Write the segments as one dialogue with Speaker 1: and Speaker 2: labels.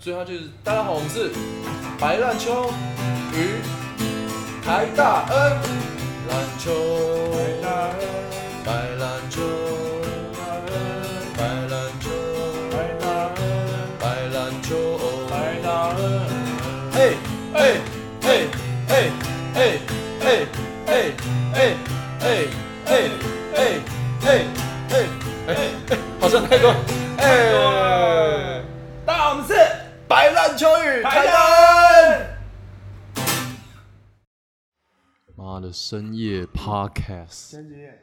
Speaker 1: 所以他就是大家好，我们是白烂秋与台大恩篮球，白篮球，白篮球，白篮球，哎哎哎哎哎哎哎哎哎哎哎哎哎哎，好像太多，哎。
Speaker 2: 大家好，我们是
Speaker 1: 白烂秋雨
Speaker 2: 台
Speaker 1: 灯。妈的，深夜 podcast
Speaker 2: 前几点，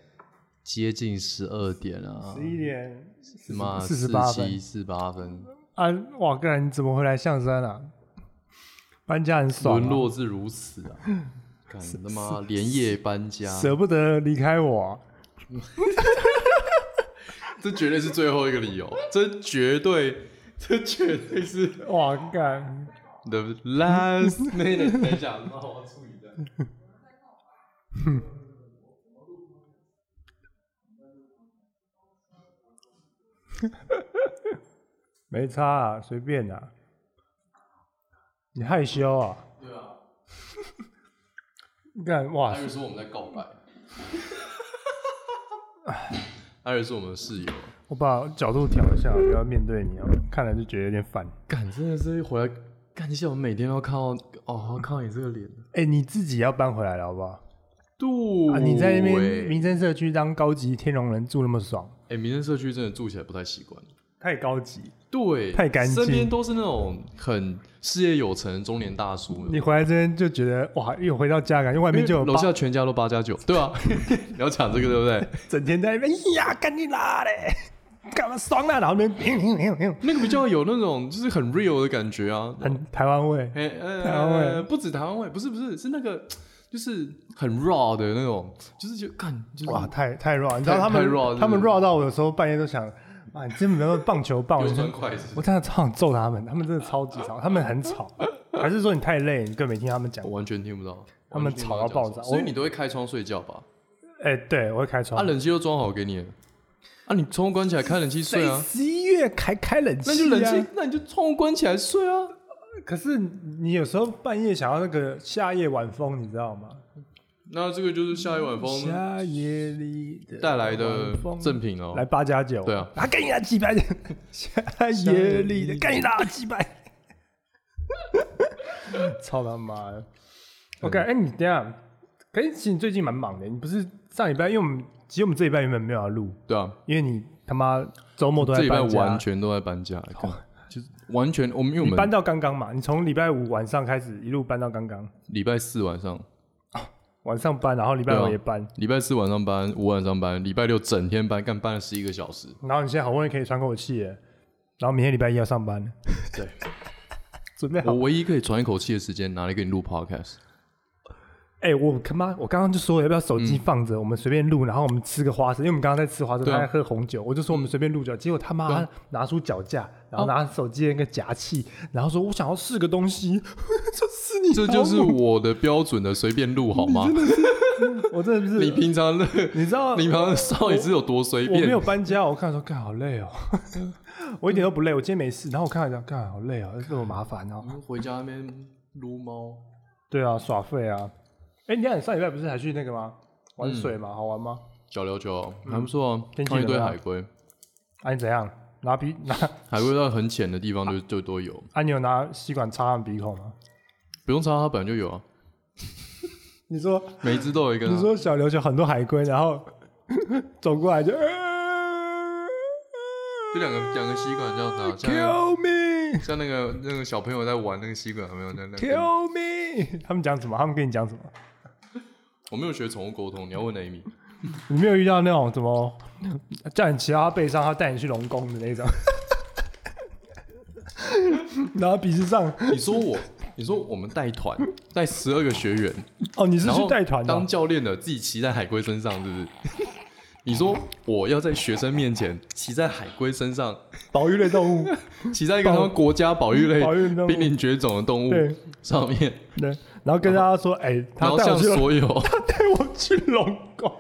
Speaker 1: 接近十二点啊，
Speaker 2: 十一点
Speaker 1: 妈
Speaker 3: 四十八分
Speaker 1: 七四八分，
Speaker 3: 啊，哇，个人怎么会来象山啊？搬家很爽、
Speaker 1: 沦
Speaker 3: 啊，
Speaker 1: 落至如此啊！干他妈连夜搬家，
Speaker 3: 舍不得离开我啊、
Speaker 1: 这绝对是最后一个理由，这绝对， 这绝对是
Speaker 3: 哇，干，
Speaker 1: the last minute。等一下，妈我要处理的。
Speaker 3: 没差啊，随便啊。你害羞啊？
Speaker 1: 对啊，
Speaker 3: 干哇
Speaker 1: 艾，瑞说我们在告 白，艾瑞是我们的室友。
Speaker 3: 我把角度调一下，不要面对你啊，看了就觉得有点烦。
Speaker 1: 干，真的是一回来，干，谢我每天都看到，哦，看到你这个脸，
Speaker 3: 哎、你自己要搬回来了好不好？
Speaker 1: 对、欸
Speaker 3: 啊，你在那
Speaker 1: 哦
Speaker 3: 边民生社区当高级天龙人住那么爽，
Speaker 1: 哎、民生社区真的住起来不太习惯，
Speaker 3: 太高级。
Speaker 1: 对，
Speaker 3: 太干净
Speaker 1: 身边都是那种很事业有成的中年大叔，
Speaker 3: 你回来这边就觉得哇，又回到家感，因为外面就有
Speaker 1: 楼下全家都八加九，对啊， 你要讲这个对不 对？
Speaker 3: 整天在那边哎呀，赶紧拉嘞，干嘛爽啊？然后那边
Speaker 1: 那个比较有那种就是很 real 的感觉啊，
Speaker 3: 很台湾味，
Speaker 1: 哎、呃，
Speaker 3: 台湾味
Speaker 1: 不止台湾味，不是不是，是那个就是很 raw 的那种，就是就干就是
Speaker 3: 哇，太太 raw，你知道
Speaker 1: 嗯太
Speaker 3: 他
Speaker 1: 太 raw 是不
Speaker 3: 们
Speaker 1: 是
Speaker 3: 他们 raw 到我有时候半夜都想，啊，你真没有棒球棒，我
Speaker 1: 硫
Speaker 3: 就
Speaker 1: 酸
Speaker 3: 想
Speaker 1: 筷子
Speaker 3: 我，真的超想揍他们，他们真的超级吵，他们很吵，还是说你太累，你根本没听他们讲
Speaker 1: 我？完全听不到，
Speaker 3: 他们
Speaker 1: 完全听不
Speaker 3: 吵到爆
Speaker 1: 讲什么
Speaker 3: 炸
Speaker 1: 所以
Speaker 3: 我
Speaker 1: 你都会开窗睡觉吧？
Speaker 3: 哎，对，我会开
Speaker 1: 啊，
Speaker 3: 窗。
Speaker 1: 冷气都装好给你了，啊，你窗户关起来开冷气睡
Speaker 3: 谁
Speaker 1: 啊，
Speaker 3: 十一月还开冷气？啊
Speaker 1: 那就冷气，。那你就窗户关起来睡啊。
Speaker 3: 可是你有时候半夜想要那个夏夜晚风，你知道吗？
Speaker 1: 那这个就是下一晚风啊
Speaker 3: 夏夜里的
Speaker 1: 带来的
Speaker 3: 晚风
Speaker 1: 赠品哦
Speaker 3: 来。八加九，
Speaker 1: 对啊，
Speaker 3: 啊，干你啦 几百，夏夜里的干你啦几百， 操他妈
Speaker 1: 嗯
Speaker 3: 的！OK，哎、你等一下，可是其实你最近蛮忙的，你不是上礼拜，因为我们其实我们这礼拜原本没有要录，
Speaker 1: 对啊，
Speaker 3: 因为你他妈周末都
Speaker 1: 这
Speaker 3: 在
Speaker 1: 礼拜
Speaker 3: 搬家，
Speaker 1: 完全都在搬家，干就是完全我们因为
Speaker 3: 你
Speaker 1: 我
Speaker 3: 搬
Speaker 1: 们
Speaker 3: 到刚刚嘛，你从礼拜五晚上开始一路搬到刚刚，
Speaker 1: 礼拜四晚上，
Speaker 3: 晚上搬，然后礼拜
Speaker 1: 对
Speaker 3: 五
Speaker 1: 啊
Speaker 3: 也搬，
Speaker 1: 礼拜四晚上搬，五晚上搬，礼拜六整天搬，干搬了十一个小时。
Speaker 3: 然后你现在好不容易可以喘口气了，然后明天礼拜一要上 班了，
Speaker 1: 对，
Speaker 3: 准备好
Speaker 1: 我唯一可以喘一口气的时间，拿来给你录 podcast。
Speaker 3: 哎、我他妈，我刚刚就说要不要手机放着，我们随便录，然后我们吃个花生，因为我们刚刚在吃花生，
Speaker 1: 对啊
Speaker 3: 他在喝红酒，我就说我们随便录酒，结果他
Speaker 1: 对
Speaker 3: 妈
Speaker 1: 啊
Speaker 3: 拿出脚架，然后拿手机的那个夹器，然后说我想要试个东西，这是 你，
Speaker 1: 这就是我的标准的随便录好吗？
Speaker 3: 我真的是，
Speaker 1: 你
Speaker 3: 你
Speaker 1: 平 常的
Speaker 3: 知道
Speaker 1: 你平常的少爷是有多随
Speaker 3: 我没
Speaker 1: 便
Speaker 3: 有？搬家，我看说干好 累哦，我一点都不累，我今天没事，然后我看了一下，干好累哦，这么麻烦哦
Speaker 1: 我，们回家那边撸猫，
Speaker 3: 对啊，耍废啊，哎、你看你上礼拜不是还去那个吗？玩水
Speaker 1: 嗯
Speaker 3: 嘛，好玩吗？
Speaker 1: 小琉球还不错啊，
Speaker 3: 嗯天气
Speaker 1: 看一堆
Speaker 3: 怎么样
Speaker 1: 海龟，
Speaker 3: 啊，你怎样？拿鼻拿，
Speaker 1: 海龟在很浅的地方就就都有，
Speaker 3: 啊，你有拿吸管插上鼻孔吗？
Speaker 1: 不用查它本来就有啊，
Speaker 3: 你说，
Speaker 1: 每一只都有一根啊。
Speaker 3: 你说小琉球很多海龟，然后 走过来就、呃、
Speaker 1: 啊就两个两个吸管这样拿，像那个
Speaker 3: ，Kill me,
Speaker 1: 像那个那个小朋友在玩那个吸管，有没有？那那边
Speaker 3: kill me。他们讲什么？他们跟你讲什么？
Speaker 1: 我没有学宠物沟通，你要问 Amy。
Speaker 3: 你没有遇到那种什么 叫你骑到他背上，他带你去龙宫的那 种，然后鼻子上
Speaker 1: 你说我，你说我们带团带十二个学员，
Speaker 3: 哦，你是
Speaker 1: 然
Speaker 3: 去
Speaker 1: 后
Speaker 3: 带团的
Speaker 1: 当
Speaker 3: 哦？
Speaker 1: 教练的自己骑在海龟身上，是不是？ 你说我要在学生面前骑在海龟身上，
Speaker 3: 保育类动物，
Speaker 1: 骑在一个他们国家保育类
Speaker 3: 保育动物
Speaker 1: 濒临绝种的动物
Speaker 3: 对
Speaker 1: 上面，
Speaker 3: 对，然后跟大家说，哎、
Speaker 1: 然
Speaker 3: 他
Speaker 1: 后
Speaker 3: 带我
Speaker 1: 向
Speaker 3: 去龙，
Speaker 1: 所有
Speaker 3: 他带我去龙宫，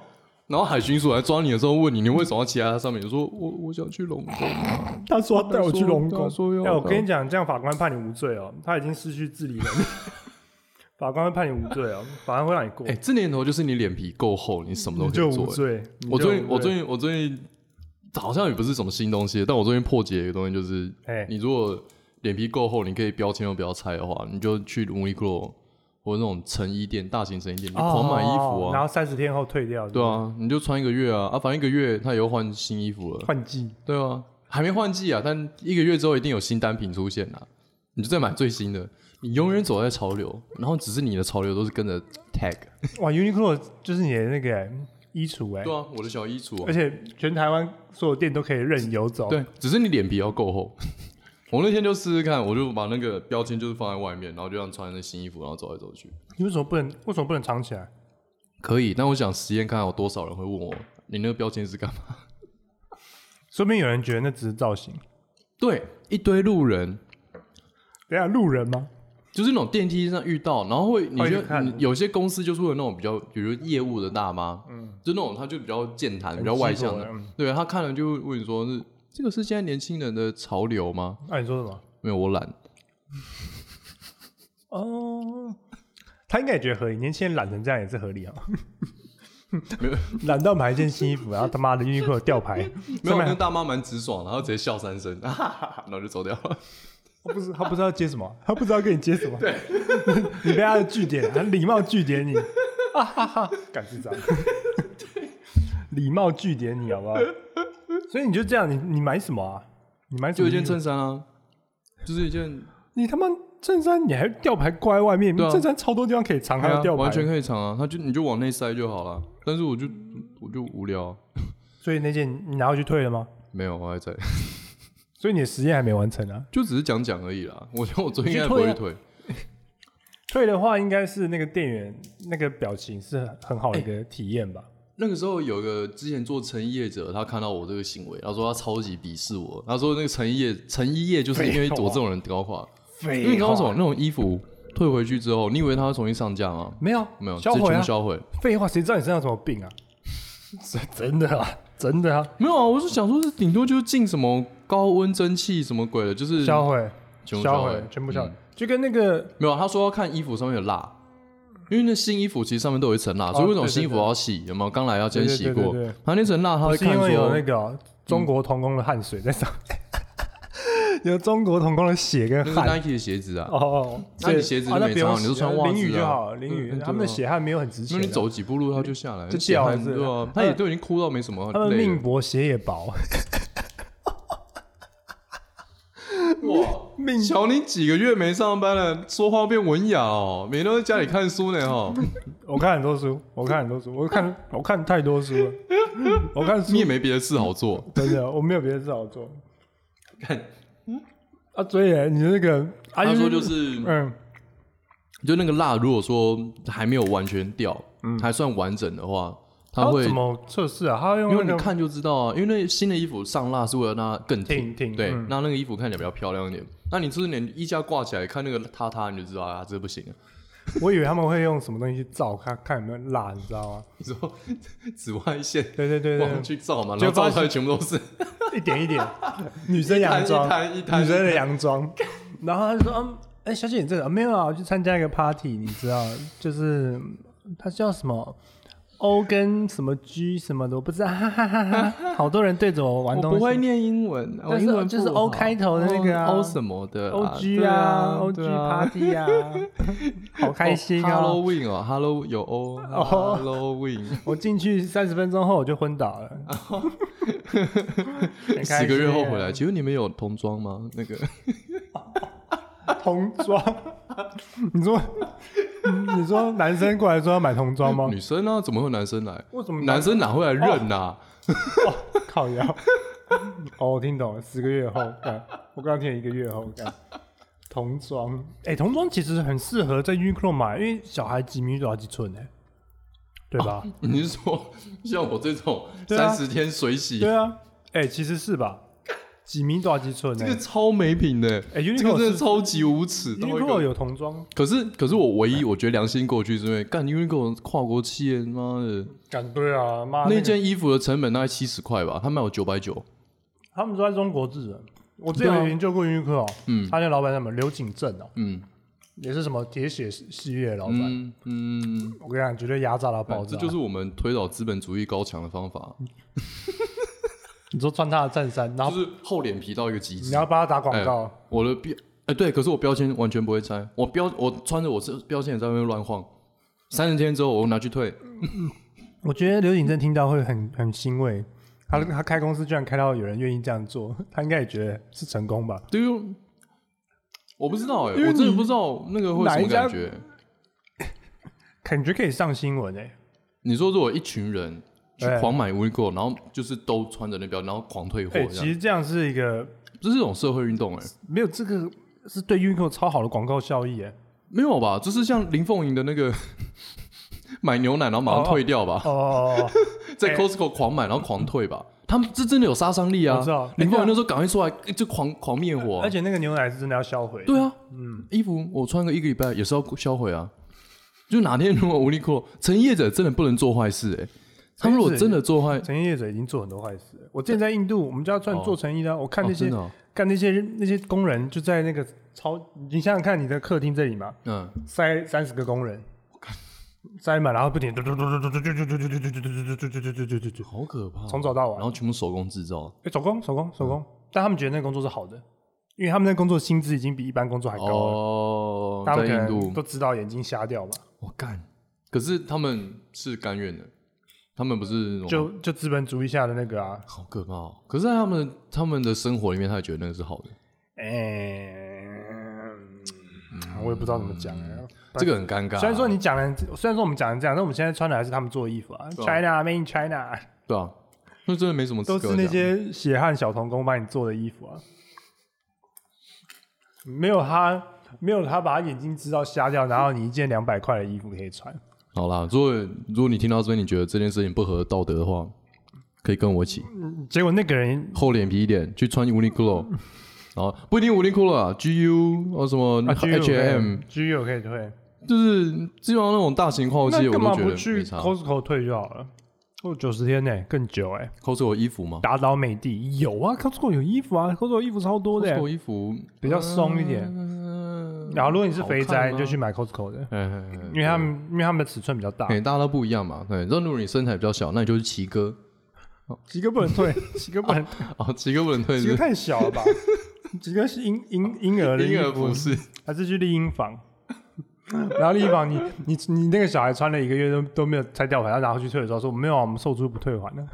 Speaker 1: 然后海巡署来抓你的时候，问你你为什么要骑在它上面？你说我我想去龙宫，啊
Speaker 3: 他说带我去龙宫
Speaker 1: 他，说要
Speaker 3: 哎，我跟你讲，这样法官判你无罪哦，他已经失去自理能力， 法官会判你无罪哦，法官会让你过
Speaker 1: 哎、，这年头就是你脸皮够厚，你什么
Speaker 3: 你
Speaker 1: 都可以
Speaker 3: 就无
Speaker 1: 做。哎
Speaker 3: 罪。你
Speaker 1: 我
Speaker 3: 就
Speaker 1: 最近
Speaker 3: 无
Speaker 1: 我
Speaker 3: 罪
Speaker 1: 最近我最近好像也不是什么新东西，但我最近破解一个东西，就是
Speaker 3: 哎
Speaker 1: 你如果脸皮够厚，你可以标签都不要拆的话，你就去 Uniqlo 或者那种成衣店、大型成衣店，你狂买衣服
Speaker 3: 哦然
Speaker 1: 啊。
Speaker 3: 后三十天后退掉，
Speaker 1: 对，啊，你就穿一个月啊，啊，反正一个月它也要换新衣服了。
Speaker 3: 换季
Speaker 1: 对啊，还没换季啊，但一个月之后一定有新单品出现啊，你就再买最新的。你永远走在潮流，然后只是你的潮流都是跟着 tag。
Speaker 3: 哇，Uniqlo 就是你的那个哎衣橱哎
Speaker 1: 对，啊，我的小衣橱啊
Speaker 3: 而。且全台湾所有店都可以任由走，
Speaker 1: 对，只是你脸皮要够厚。 我那天就试试看，我就把那个标签就是放在外面，然后就让穿着新衣服，然后走来走去。
Speaker 3: 你为什么不能为什么不能藏起来？
Speaker 1: 可以，但我想实验看看有多少人会问我，你那个标签是干嘛？
Speaker 3: 说不定有人觉得那只是造型，
Speaker 1: 对，一堆路人，
Speaker 3: 等一下路人吗？
Speaker 1: 就是那种电梯上遇到，然后会你
Speaker 3: 会
Speaker 1: 觉
Speaker 3: 去看
Speaker 1: 得有些公司就是会有那种比较，比如业务的大妈，嗯，就那种她就比较健谈、比较外向的
Speaker 3: 很激，动，啊
Speaker 1: 对她看了就会问你说是这个是现在年轻人的潮流吗？
Speaker 3: 那、啊、你说什么？
Speaker 1: 没有，我懒。
Speaker 3: 哦，他应该也觉得合理，年轻人懒成这样也是合理啊
Speaker 1: 没有。
Speaker 3: 懒到买一件新衣服，然后他妈的优衣库有吊牌，
Speaker 1: 没有，
Speaker 3: 上面
Speaker 1: 那大妈蛮直爽的，然后直接笑三声， 哈哈哈哈然后就走掉了。
Speaker 3: 他不知他不知道接什么，他不知道跟你接什么，对， 你被他的据点，他礼貌据 点你，啊哈哈，敢智障， 礼貌据点你好不好？所以你就这样，你你买什么啊？你买什
Speaker 1: 就
Speaker 3: 么
Speaker 1: 一件
Speaker 3: 衣服
Speaker 1: 衬衫啊，就是一件
Speaker 3: 你他妈衬衫你还吊牌挂在外面，
Speaker 1: 对啊
Speaker 3: 衬衫超多地方可以藏，还有吊牌，
Speaker 1: 完全可以藏啊，他就你就往内塞就好了。但是我就我就无聊啊，
Speaker 3: 所以那件你拿回去退了吗？
Speaker 1: 没有，我还在，
Speaker 3: 所以你的实验还没完成啊？就
Speaker 1: 就只是讲讲而已啦。我觉得我最近
Speaker 3: 你去
Speaker 1: 应该不会
Speaker 3: 退
Speaker 1: 去
Speaker 3: 啊
Speaker 1: 退，
Speaker 3: 退的话，应该是那个店员那个表情是很很好的一个体验吧？
Speaker 1: 那个时候有个之前做成衣业者，他看到我这个行为，他说他超级鄙视我。他说那个成衣业成衣业就是因为我这种人高化，因为你告诉我那种衣服退回去之后，你以为他会重新上架吗？
Speaker 3: 没有
Speaker 1: 没有，直
Speaker 3: 销
Speaker 1: 接全
Speaker 3: 毁啊
Speaker 1: 部！销毁。
Speaker 3: 废话，谁知道你身上有什么病啊？ 真真的啊，真的啊，
Speaker 1: 没有啊，我是想说，是顶多就是进什么高温蒸汽什么鬼的，就是
Speaker 3: 销毁，
Speaker 1: 全部
Speaker 3: 销
Speaker 1: 毁
Speaker 3: 毁，，全部销毁
Speaker 1: 嗯，
Speaker 3: 就跟那个
Speaker 1: 没有，他说要看衣服上面有蜡，因为那新衣服其实上面都有一层
Speaker 3: 哦
Speaker 1: 蜡，所以为什么新衣服要洗？有没有？刚来要先洗
Speaker 3: 对对
Speaker 1: 过
Speaker 3: 对对对，
Speaker 1: 他那层蜡他会
Speaker 3: 是
Speaker 1: 看
Speaker 3: 因为有那
Speaker 1: 说，嗯
Speaker 3: 个哦中国童工的汗水在上面， 有中国童工的血跟
Speaker 1: 那是
Speaker 3: 汗。
Speaker 1: Nike 的鞋子啊，
Speaker 3: 哦哦，
Speaker 1: 那
Speaker 3: 所以
Speaker 1: 你鞋子就
Speaker 3: 哦那
Speaker 1: 没
Speaker 3: 不用
Speaker 1: 穿你就
Speaker 3: 洗
Speaker 1: 穿袜子啊
Speaker 3: 淋雨就好，淋
Speaker 1: 嗯
Speaker 3: 雨
Speaker 1: 对啊
Speaker 3: 他们的血汗没有很值
Speaker 1: 因
Speaker 3: 钱啊
Speaker 1: 为
Speaker 3: 的，
Speaker 1: 你走几步路它就下来，
Speaker 3: 就
Speaker 1: 血汗
Speaker 3: 掉了
Speaker 1: 对啊
Speaker 3: 是，
Speaker 1: 他也都已经哭到没什么
Speaker 3: 他们
Speaker 1: 累
Speaker 3: 命
Speaker 1: 了，
Speaker 3: 薄血也薄，
Speaker 1: 哇。
Speaker 3: 命
Speaker 1: 瞧你几个月没上班了，说话变文雅哦，每天都在家里看书呢 哦，
Speaker 3: 我看很多书，我看很多书，我看我看太多书 了，我看书
Speaker 1: 你也没别的事好做。
Speaker 3: 真的我没有别的事好做
Speaker 1: 看。
Speaker 3: 啊，所以你的那个，啊
Speaker 1: 他说就是
Speaker 3: 嗯，
Speaker 1: 就那个蜡，如果说还没有完全掉，还算完整的话，它
Speaker 3: 嗯要
Speaker 1: 会
Speaker 3: 怎么测试啊？他
Speaker 1: 因
Speaker 3: 用
Speaker 1: 为
Speaker 3: 那
Speaker 1: 你
Speaker 3: 个
Speaker 1: 看就知道啊，因为那新的衣服上蜡是为了让它更挺，
Speaker 3: 挺挺
Speaker 1: 对，
Speaker 3: 嗯
Speaker 1: 那那个衣服看起来比较漂亮一点。那你就是连衣架挂起来看那个塌塌，你就知道啊，这不行啊。
Speaker 3: 我以为他们会用什么东西去照，看看有没有蜡，你知道吗？
Speaker 1: 你说 紫外线
Speaker 3: 对对对
Speaker 1: 往
Speaker 3: 对，
Speaker 1: 去照嘛，
Speaker 3: 就
Speaker 1: 然后照
Speaker 3: 发
Speaker 1: 出来全部都是
Speaker 3: 一点 一点，女生洋装
Speaker 1: 一，滩一滩
Speaker 3: 女
Speaker 1: 一滩。
Speaker 3: 生的洋 装，然后他就说，嗯，哎、小姐，你这个、啊没有啊，我去参加一个 party，你知道， 就是他叫什么 O 跟什么 G 什么的，我不知道， 哈哈哈哈，好多人对着我 玩
Speaker 1: 我
Speaker 3: 东西，
Speaker 1: 不会念英文，啊我
Speaker 3: 但是
Speaker 1: 英文
Speaker 3: 就是
Speaker 1: 不好
Speaker 3: O 开头的那个啊
Speaker 1: 哦 O 什么的
Speaker 3: O
Speaker 1: 啊
Speaker 3: G
Speaker 1: 对
Speaker 3: 啊
Speaker 1: 啊
Speaker 3: ，O G party 啊，好开心啊！哦
Speaker 1: ！Halloween 哦，Hello 有 O，Halloween
Speaker 3: 我进去三十分钟后我就昏倒了，很开
Speaker 1: 哦 十个月
Speaker 3: 心
Speaker 1: 后
Speaker 3: 啊
Speaker 1: 回来，请问你们有童装吗？那个
Speaker 3: 童装， 你说你说男生过来说要买童装吗？
Speaker 1: 女生啊，怎么会有男生来？
Speaker 3: 为什么
Speaker 1: 男生哪会来认啊呐、
Speaker 3: 靠腰。哦，我听懂了，十个月后，干我刚刚听了一个月后，干童装，哎、童装其实很适合在 Uniqlo 买，因为小孩几米多少几寸哎、对吧？
Speaker 1: 你是说像我这种
Speaker 3: 对啊啊
Speaker 1: 三十天水洗，
Speaker 3: 对啊，哎、其实是吧？几米多少几寸、
Speaker 1: 这
Speaker 3: 欸？
Speaker 1: 个超没品的，
Speaker 3: 哎、
Speaker 1: 这个
Speaker 3: Uniqlo
Speaker 1: 真
Speaker 3: 是
Speaker 1: 的超级无耻。到一
Speaker 3: Uniqlo
Speaker 1: 个
Speaker 3: 有童装，
Speaker 1: 可是可是我唯一我觉得良心过去是因为干 Uniqlo 跨国企业，妈的，
Speaker 3: 敢对啊，妈
Speaker 1: 那
Speaker 3: 个
Speaker 1: 件衣服的成本大概七十块吧，他卖我九百九。
Speaker 3: 他们都在中国制的。我之前有研究过 Uniqlo，、
Speaker 1: 啊嗯
Speaker 3: 他那老板叫什么刘景正哦、
Speaker 1: 嗯
Speaker 3: 也是什么铁血系列的老板。
Speaker 1: 嗯嗯，
Speaker 3: 我跟你讲，绝对压榨到爆
Speaker 1: 哎
Speaker 3: 炸。
Speaker 1: 这就是我们推倒资本主义高墙的方法，
Speaker 3: 你说穿他的衬衫，然
Speaker 1: 就
Speaker 3: 后
Speaker 1: 是厚脸皮到一个极
Speaker 3: 你
Speaker 1: 致。
Speaker 3: 要帮他打广告，
Speaker 1: 我的标，哎，对，可是我标签完全不会拆，我标我穿着我这标签也在外面乱晃，三十天之后我拿去退。
Speaker 3: 我觉得刘景正听到会很很欣慰。他他开公司居然开到有人愿意这样做，他应该也觉得是成功吧？
Speaker 1: 对哟，我不知道哎、
Speaker 3: 因为
Speaker 1: 我真的
Speaker 3: 你
Speaker 1: 不知道那个会有
Speaker 3: 哪
Speaker 1: 什
Speaker 3: 一
Speaker 1: 么感
Speaker 3: 家
Speaker 1: 觉、
Speaker 3: 感觉可以上新闻哎、
Speaker 1: 你说如果一群人去
Speaker 3: 对
Speaker 1: 狂买 Uniqlo，然后就是都穿着那标，然后狂退货
Speaker 3: 欸
Speaker 1: 这
Speaker 3: 其
Speaker 1: 样，
Speaker 3: 实这样是一个
Speaker 1: 这是一种社会运动哎、
Speaker 3: 没有这个是对 Uniqlo 超好的广告效益哎、
Speaker 1: 没有吧？就是像林凤营的那个 买牛奶然后马上退掉吧，
Speaker 3: 哦，
Speaker 1: 在 Costco 狂买然后狂退吧，他们这真的有杀伤力啊
Speaker 3: 我知道！
Speaker 1: 林凤营
Speaker 3: 哎
Speaker 1: 那时候赶快出来哎就狂狂灭火、啊
Speaker 3: 而且那个牛奶是真的要销毁。
Speaker 1: 对啊，嗯，衣服我穿个一个礼拜也是要销毁啊。就哪天如果无力库成业者真的不能做坏事哎、他们如果真的做坏，
Speaker 3: 成衣业者已经做很多坏事了。我之前在印度，我们就要
Speaker 1: 哦
Speaker 3: 算做成衣的啊，我看
Speaker 1: 哦
Speaker 3: 那些
Speaker 1: 真的哦
Speaker 3: 干那些那些工人就在那个超，你想想看，你的客厅这里嘛，
Speaker 1: 嗯，
Speaker 3: 塞三十个工人，塞满，然后不停嘟嘟嘟嘟嘟嘟嘟嘟嘟嘟嘟嘟嘟嘟嘟嘟嘟，
Speaker 1: 好可怕哦、
Speaker 3: 从早到
Speaker 1: 然
Speaker 3: 晚，
Speaker 1: 后全部手工制造，
Speaker 3: 手工手工手工，但他们觉得那个工作是好的，因为他们那工作薪资已经比一般工作还高了，
Speaker 1: 哦，
Speaker 3: 他
Speaker 1: 在
Speaker 3: 们可
Speaker 1: 印
Speaker 3: 能
Speaker 1: 度，
Speaker 3: 都知道眼睛瞎掉吧，
Speaker 1: 我干，可是他们是甘愿的，他们不是那种
Speaker 3: 就就资本主义下的那个啊，
Speaker 1: 好可怕、哦。可是在他们他们的生活里面，他也觉得那个是好的，
Speaker 3: 哎，我也不知道怎么讲哎。
Speaker 1: 这个很尴尬啊、
Speaker 3: 虽然说你讲的，虽然说我们讲的这样，但我们现在穿的还是他们做的衣服啊
Speaker 1: 对啊
Speaker 3: ，China Made in China，
Speaker 1: 对啊，那真的没什么资
Speaker 3: 都
Speaker 1: 格
Speaker 3: 是那
Speaker 1: 讲
Speaker 3: 些血汗小童工帮你做的衣服啊，没有他，没有他把他眼睛织到瞎掉，然后你一件两百块的衣服可以穿，
Speaker 1: 好啦，如果如果你听到这边，你觉得这件事情不合道德的话，可以跟我一起
Speaker 3: 结果那个人
Speaker 1: 厚脸皮一点去穿 Uniqlo，然后不一定 Uniqlo 啊，GU 哦什么
Speaker 3: 啊
Speaker 1: H&M，
Speaker 3: G 有可以退，
Speaker 1: 就是基本上那种大型跨国企业，
Speaker 3: 那
Speaker 1: 我
Speaker 3: 干嘛
Speaker 1: 都觉
Speaker 3: 不
Speaker 1: 得
Speaker 3: 去
Speaker 1: 没差。
Speaker 3: Costco 退就好了？哦，九十天呢、更久哎、
Speaker 1: Costco 有衣服吗
Speaker 3: 打倒美的有啊，Costco 有衣服啊，Costco 衣服超多的欸、
Speaker 1: ？Costco 衣服
Speaker 3: 比较松一点
Speaker 1: 嗯
Speaker 3: 然后如果你是肥
Speaker 1: 好
Speaker 3: 宅，
Speaker 1: 看吗
Speaker 3: 你就去买 Costco 的，
Speaker 1: 哎哎哎
Speaker 3: 因为他们因为他们的尺寸比较大
Speaker 1: 哎，，大家都不一样嘛。对，那如果你身材比较小，那你就是奇哥
Speaker 3: 几个不能退，几个不能，
Speaker 1: 啊，奇哥不能 退
Speaker 3: 几个
Speaker 1: 是
Speaker 3: 太小 了吧？几个是婴婴婴儿的衣
Speaker 1: 婴儿
Speaker 3: 服
Speaker 1: 服饰，
Speaker 3: 还是去丽婴房。 然后丽婴房你，你你那个小孩穿了一个月都都没有拆掉环，他拿回去退的时候说没有啊，我们售出不退还的。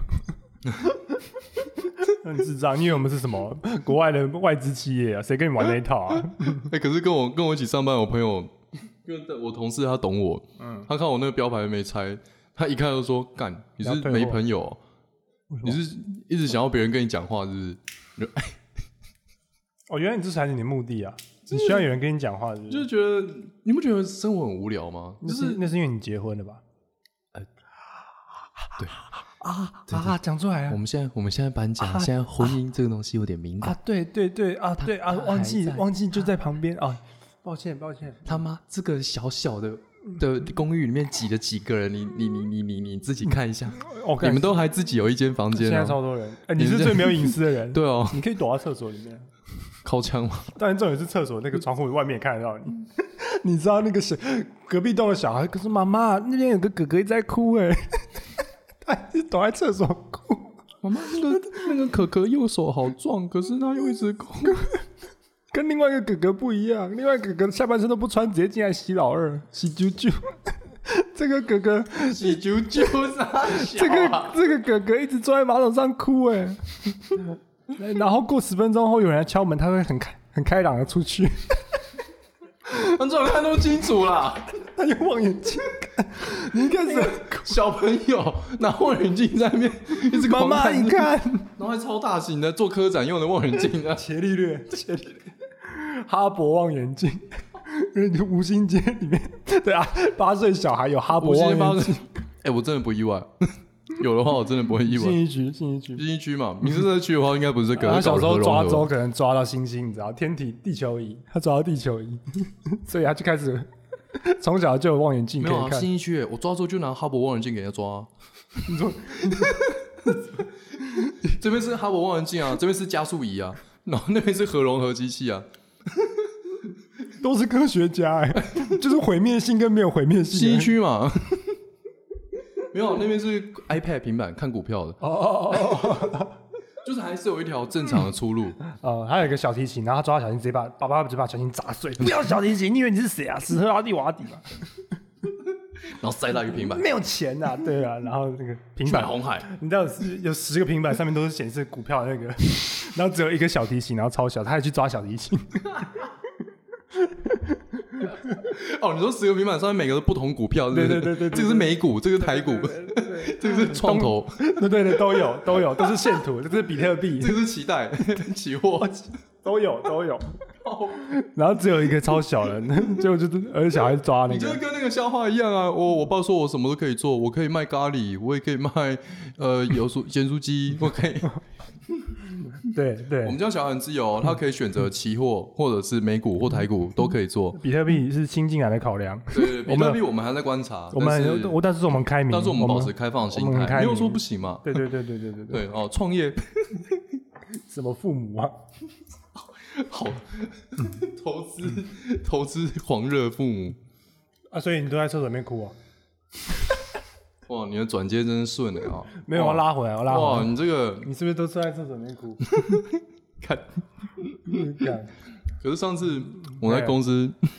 Speaker 3: 很智障，因为我们是什么国外的外资企业啊，谁跟你玩那一套啊？
Speaker 1: 哎、可是跟我跟我一起上班，我朋友，因为我同事他懂我，嗯，他看我那个标牌没拆，他一看就说：“干，你是
Speaker 3: 要退货
Speaker 1: 没朋友哦、你
Speaker 3: 为什么
Speaker 1: 是一直想要别人跟你讲话，是不是？
Speaker 3: 哦，原来你这才是你的目的啊！你需要有人跟你讲话是不是，
Speaker 1: 就是觉得你不觉得生活很无聊吗？就
Speaker 3: 那
Speaker 1: 是
Speaker 3: 是那是因为你结婚了吧？
Speaker 1: 呃对
Speaker 3: 啊
Speaker 1: 对
Speaker 3: 啊！讲出来
Speaker 1: 我
Speaker 3: 了
Speaker 1: 们现在我们现在搬家，
Speaker 3: 啊
Speaker 1: 现在婚姻这个东西有点敏感。
Speaker 3: 啊！对对对啊对啊！
Speaker 1: 他还
Speaker 3: 忘记
Speaker 1: 在
Speaker 3: 忘记就在旁边啊！抱歉抱歉，
Speaker 1: 他妈，这个小小的的公寓里面挤了几个人？你你你你你你自己看一下，
Speaker 3: 哦我
Speaker 1: 你们都还自己有一间房
Speaker 3: 现
Speaker 1: 间、
Speaker 3: 在
Speaker 1: 啊？
Speaker 3: 超多人，哎，你
Speaker 1: 你
Speaker 3: 是
Speaker 1: 这
Speaker 3: 最没有隐私的人，
Speaker 1: 对哦，
Speaker 3: 你可以躲到厕所里面。
Speaker 1: 靠枪吗？
Speaker 3: 当然，重点是厕所那个窗户外面也看得到
Speaker 1: 嗯
Speaker 3: 你。 你知道那个是隔壁栋的小孩，可是妈妈那边有个哥哥一直在哭哎、 他还是躲在厕所哭。
Speaker 1: 妈妈，那 个那个可可右手好壮，可是他又一直哭。
Speaker 3: 跟另外一个哥哥不一样，另外一个哥哥下半身都不穿，直接进来洗老二、洗啾啾。 这个哥哥，
Speaker 1: 喜九九啥
Speaker 3: 这个这个哥哥一直坐在马桶上哭 哎、然后过十分钟后有人来敲门，他会很开很开朗的出去，
Speaker 1: 观众看都清楚啦，
Speaker 3: 他用望远镜看，你应该是
Speaker 1: 小朋友拿望远镜在那边一直
Speaker 3: 妈
Speaker 1: 狂
Speaker 3: 妈，你，看
Speaker 1: 然后还超大型的做科展用的望远镜 啊，
Speaker 3: 伽利略，伽利略，哈勃望远镜，因为你无心街里面，对啊，八岁小孩有哈勃
Speaker 1: 我
Speaker 3: 望
Speaker 1: 先发
Speaker 3: 远
Speaker 1: 个
Speaker 3: 镜，，
Speaker 1: 哎，我真的不意外，有的话我真的不会意
Speaker 3: 信
Speaker 1: 外。
Speaker 3: 义区，信义区。
Speaker 1: 新一区嘛，民生社区的话，应该不是跟
Speaker 3: 他小时候抓周
Speaker 1: 周，
Speaker 3: 可能抓到星星，你知道天体地球 仪，他抓到地球仪，所以他就开始从小就有望远镜
Speaker 1: 没
Speaker 3: 可
Speaker 1: 有啊
Speaker 3: 以，看。
Speaker 1: 新一区耶我抓周就拿哈勃望远镜给人家抓、啊。你说，这边是哈勃望远镜啊，这边是加速仪啊，然后那边是核融合机器啊。
Speaker 3: 都是科学家哎、就是毁灭性跟没有毁灭性、
Speaker 1: 新一
Speaker 3: 欸。
Speaker 1: 区嘛， 没有，那边是 iPad 平板看股票的，
Speaker 3: 哦哦哦哦
Speaker 1: 就是还是有一条正常的出 路。
Speaker 3: 哦哦，还有一个小提琴，然后他抓到小提琴，直接把爸爸直接把小提琴砸碎。不要小提琴，你以为你是谁啊？史特拉蒂瓦底嘛，
Speaker 1: 然后塞到一个平板，
Speaker 3: 没有钱呐、啊，对啊。然后那个平
Speaker 1: 去买
Speaker 3: 板，
Speaker 1: 红海，
Speaker 3: 你知道是有十个平板上面都是显示股票的那个，然后只有一个小提琴，然后超小，他还去抓小提琴。
Speaker 1: 哦，你说十个平板上面每个都不同股票，是不是
Speaker 3: 对对对对对
Speaker 1: 这个是美股，这个是台股， 这个是创投，
Speaker 3: 对对对，都有都有，都是线图，这是比特币，
Speaker 1: 这个是期待 期货，
Speaker 3: 都有都有。然后只有一个超小的，结果就是而且小孩抓那
Speaker 1: 你就
Speaker 3: 个，
Speaker 1: 跟那个笑话一样啊！我我爸说我什么都可以做，我可以卖咖喱，我也可以卖呃油酥 咸酥鸡，我可以。
Speaker 3: 对
Speaker 1: 我们
Speaker 3: 对。
Speaker 1: 家小孩很自由，他可以选择期货或者是美股或台股都可以做。
Speaker 3: 比特币是新进来的考量，
Speaker 1: 对，比
Speaker 3: 我们
Speaker 1: 特币我们还在观察，
Speaker 3: 我
Speaker 1: 啊但
Speaker 3: 们
Speaker 1: 是
Speaker 3: 我但是我们开明，
Speaker 1: 但是我们保持开放的心
Speaker 3: 我们很
Speaker 1: 态，
Speaker 3: 开
Speaker 1: 没
Speaker 3: 明嗯
Speaker 1: 有说不行嘛。
Speaker 3: 对对对对对对对，
Speaker 1: 对哦，创业
Speaker 3: 什么父母啊？
Speaker 1: 好， 投资投资狂热父母，
Speaker 3: 啊，所以你都在厕所里面哭啊？
Speaker 1: 哇，你的转接真顺的啊！
Speaker 3: 没有，我要拉回来，我拉
Speaker 1: 哇，
Speaker 3: 回来。
Speaker 1: 你这个
Speaker 3: 你是不是都坐在厕所里面 哭？
Speaker 1: 看，
Speaker 3: 干
Speaker 1: 可是上次我在公司
Speaker 3: 哎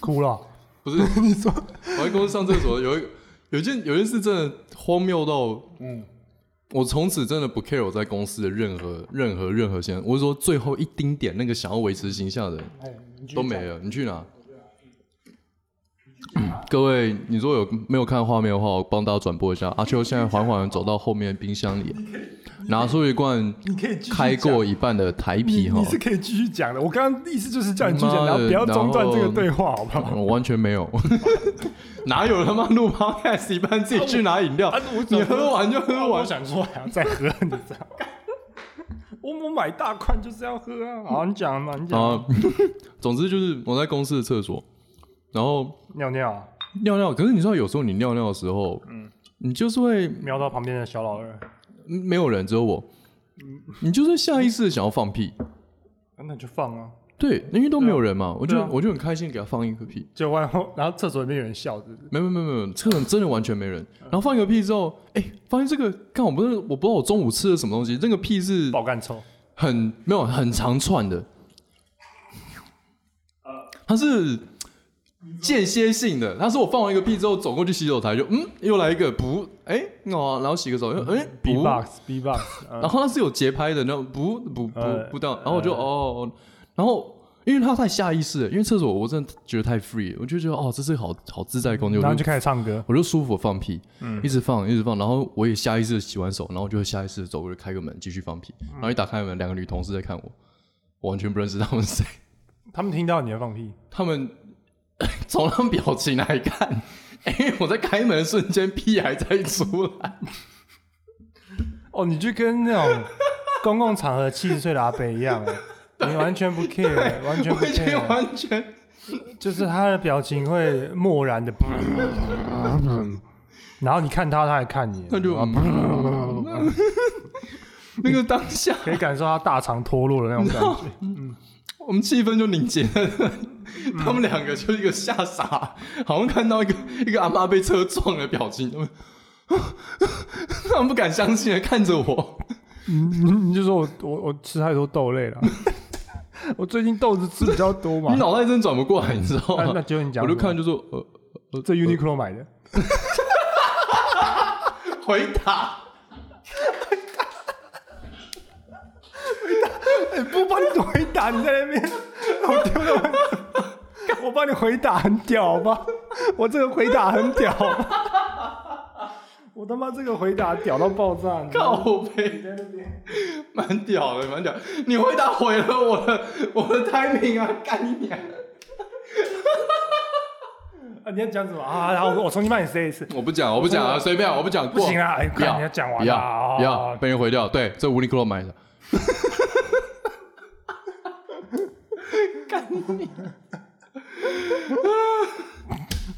Speaker 3: 哭了，
Speaker 1: 不是 你说，我在公司上厕所有一有一件有一件事真的荒谬到，
Speaker 3: 嗯，
Speaker 1: 我从此真的不 care 我在公司的任何任何任何现象，我是说最后一丁点那个想要维持形象的人
Speaker 3: 哎，你继续
Speaker 1: 都没了，你去哪？ 各位，你如果有没有看画面的话，我帮大家转播一下。阿秋现在缓缓地走到后面冰箱里，拿出一罐
Speaker 3: 讲，你可以继续
Speaker 1: 开
Speaker 3: 讲
Speaker 1: 过一半的台啤
Speaker 3: 你
Speaker 1: 哈
Speaker 3: 你，是可以继续讲的。我刚刚意思就是叫你继续
Speaker 1: 妈的
Speaker 3: 讲，然后不要中断
Speaker 1: 然后
Speaker 3: 这个对话，好不好？
Speaker 1: 我完全没有， 哪有他妈录 podcast 一半自己去拿饮料？
Speaker 3: 我
Speaker 1: 你啊喝完就喝
Speaker 3: 我
Speaker 1: 完，
Speaker 3: 想说还要再喝，你知道？我我买大罐就是要喝啊！好，你讲嘛，你讲、
Speaker 1: 啊， 总之就是我在公司的厕所，然后
Speaker 3: 尿尿啊，
Speaker 1: 尿尿。可是你知道，有时候你尿尿的时候，嗯，你就是会
Speaker 3: 瞄到旁边的小老二，啊
Speaker 1: 嗯没有人，只有我，
Speaker 3: 嗯
Speaker 1: 你就是会下意识的想要放屁。
Speaker 3: 那你就放啊。
Speaker 1: 对，因为都没有人嘛，我就
Speaker 3: 对啊
Speaker 1: 我就很开心给他放一个屁。
Speaker 3: 就完后，然后厕所里面有人笑，是不是？
Speaker 1: 没有没有没有，车上真的完全没人。然后放一个屁之后，哎，发现这个，看我不是我不知道我中午吃了什么东西，这个屁是
Speaker 3: 爆干臭，
Speaker 1: 很没有很长串的，
Speaker 3: 呃
Speaker 1: 它是间歇性的。它是我放完一个屁之后走过去洗手台就嗯，又来一个不哎哦，然后洗个手又哎
Speaker 3: B
Speaker 1: 不，
Speaker 3: box B box，、嗯
Speaker 1: 然后它是有节拍的那种不不不
Speaker 3: 呃
Speaker 1: 不到，然后我就哦，然后。因为它太下意识了，因为厕所我真的觉得太 free，了我就觉得哦，这是好好自在的空间，
Speaker 3: 嗯然
Speaker 1: 我
Speaker 3: 后
Speaker 1: 就
Speaker 3: 就嗯开始唱歌，
Speaker 1: 我就舒服地放屁，一直放一直放，然后我也下意识地洗完手，然后就会下意识地走过去开个门继续放
Speaker 3: 嗯
Speaker 1: 屁，然后一打开门，两个女同事在看我，我完全不认识他们是谁，
Speaker 3: 他们听到你在放屁，
Speaker 1: 他们 从他们表情来看，因为我在开门的瞬间屁还在出来，
Speaker 3: 哦，你就跟那种 公共场合七十岁的阿伯一样、哎，你完全不 care，完全不
Speaker 1: 我已经
Speaker 3: care，
Speaker 1: 完全
Speaker 3: 就是他的表情会漠然的， 然后你看他，他嗯还看你，
Speaker 1: 那就啊 那个当下
Speaker 3: 可以感受到大肠脱落的那种感觉。
Speaker 1: 我们气氛就凝结了。
Speaker 3: 嗯
Speaker 1: 他们两个就一个吓傻，好像看到一个一个阿妈被车撞的表情，他们 他们不敢相信的看着我。
Speaker 3: 你你就说我我我吃太多豆类了， 我最近豆子吃比较多嘛
Speaker 1: 你。脑袋真转不过来，你知道
Speaker 3: 那那
Speaker 1: 吗？
Speaker 3: 就你讲
Speaker 1: 我
Speaker 3: 什么，
Speaker 1: 就看就说呃呃
Speaker 3: 这 Uniqlo 买的，
Speaker 1: 呃回答，
Speaker 3: 哎，不帮你回答，你在那边， 我丢了我，我帮你回答很屌吧？我这个回答很屌吧， 我他妈这个回答屌到爆炸！你知道吗
Speaker 1: 靠背，蛮屌的，蛮屌。你回答毁了我的我的 timing 啊，干你娘！
Speaker 3: 啊，你要讲什么啊？然后我我重新帮你 say 一次，
Speaker 1: 我不讲，我不讲啊，随便，我不讲
Speaker 3: 不
Speaker 1: 过。
Speaker 3: 行啊！哎，
Speaker 1: 不要
Speaker 3: 看你要讲完
Speaker 1: 不要
Speaker 3: 了，
Speaker 1: 不要被人毁掉。对，这无尼克罗买的。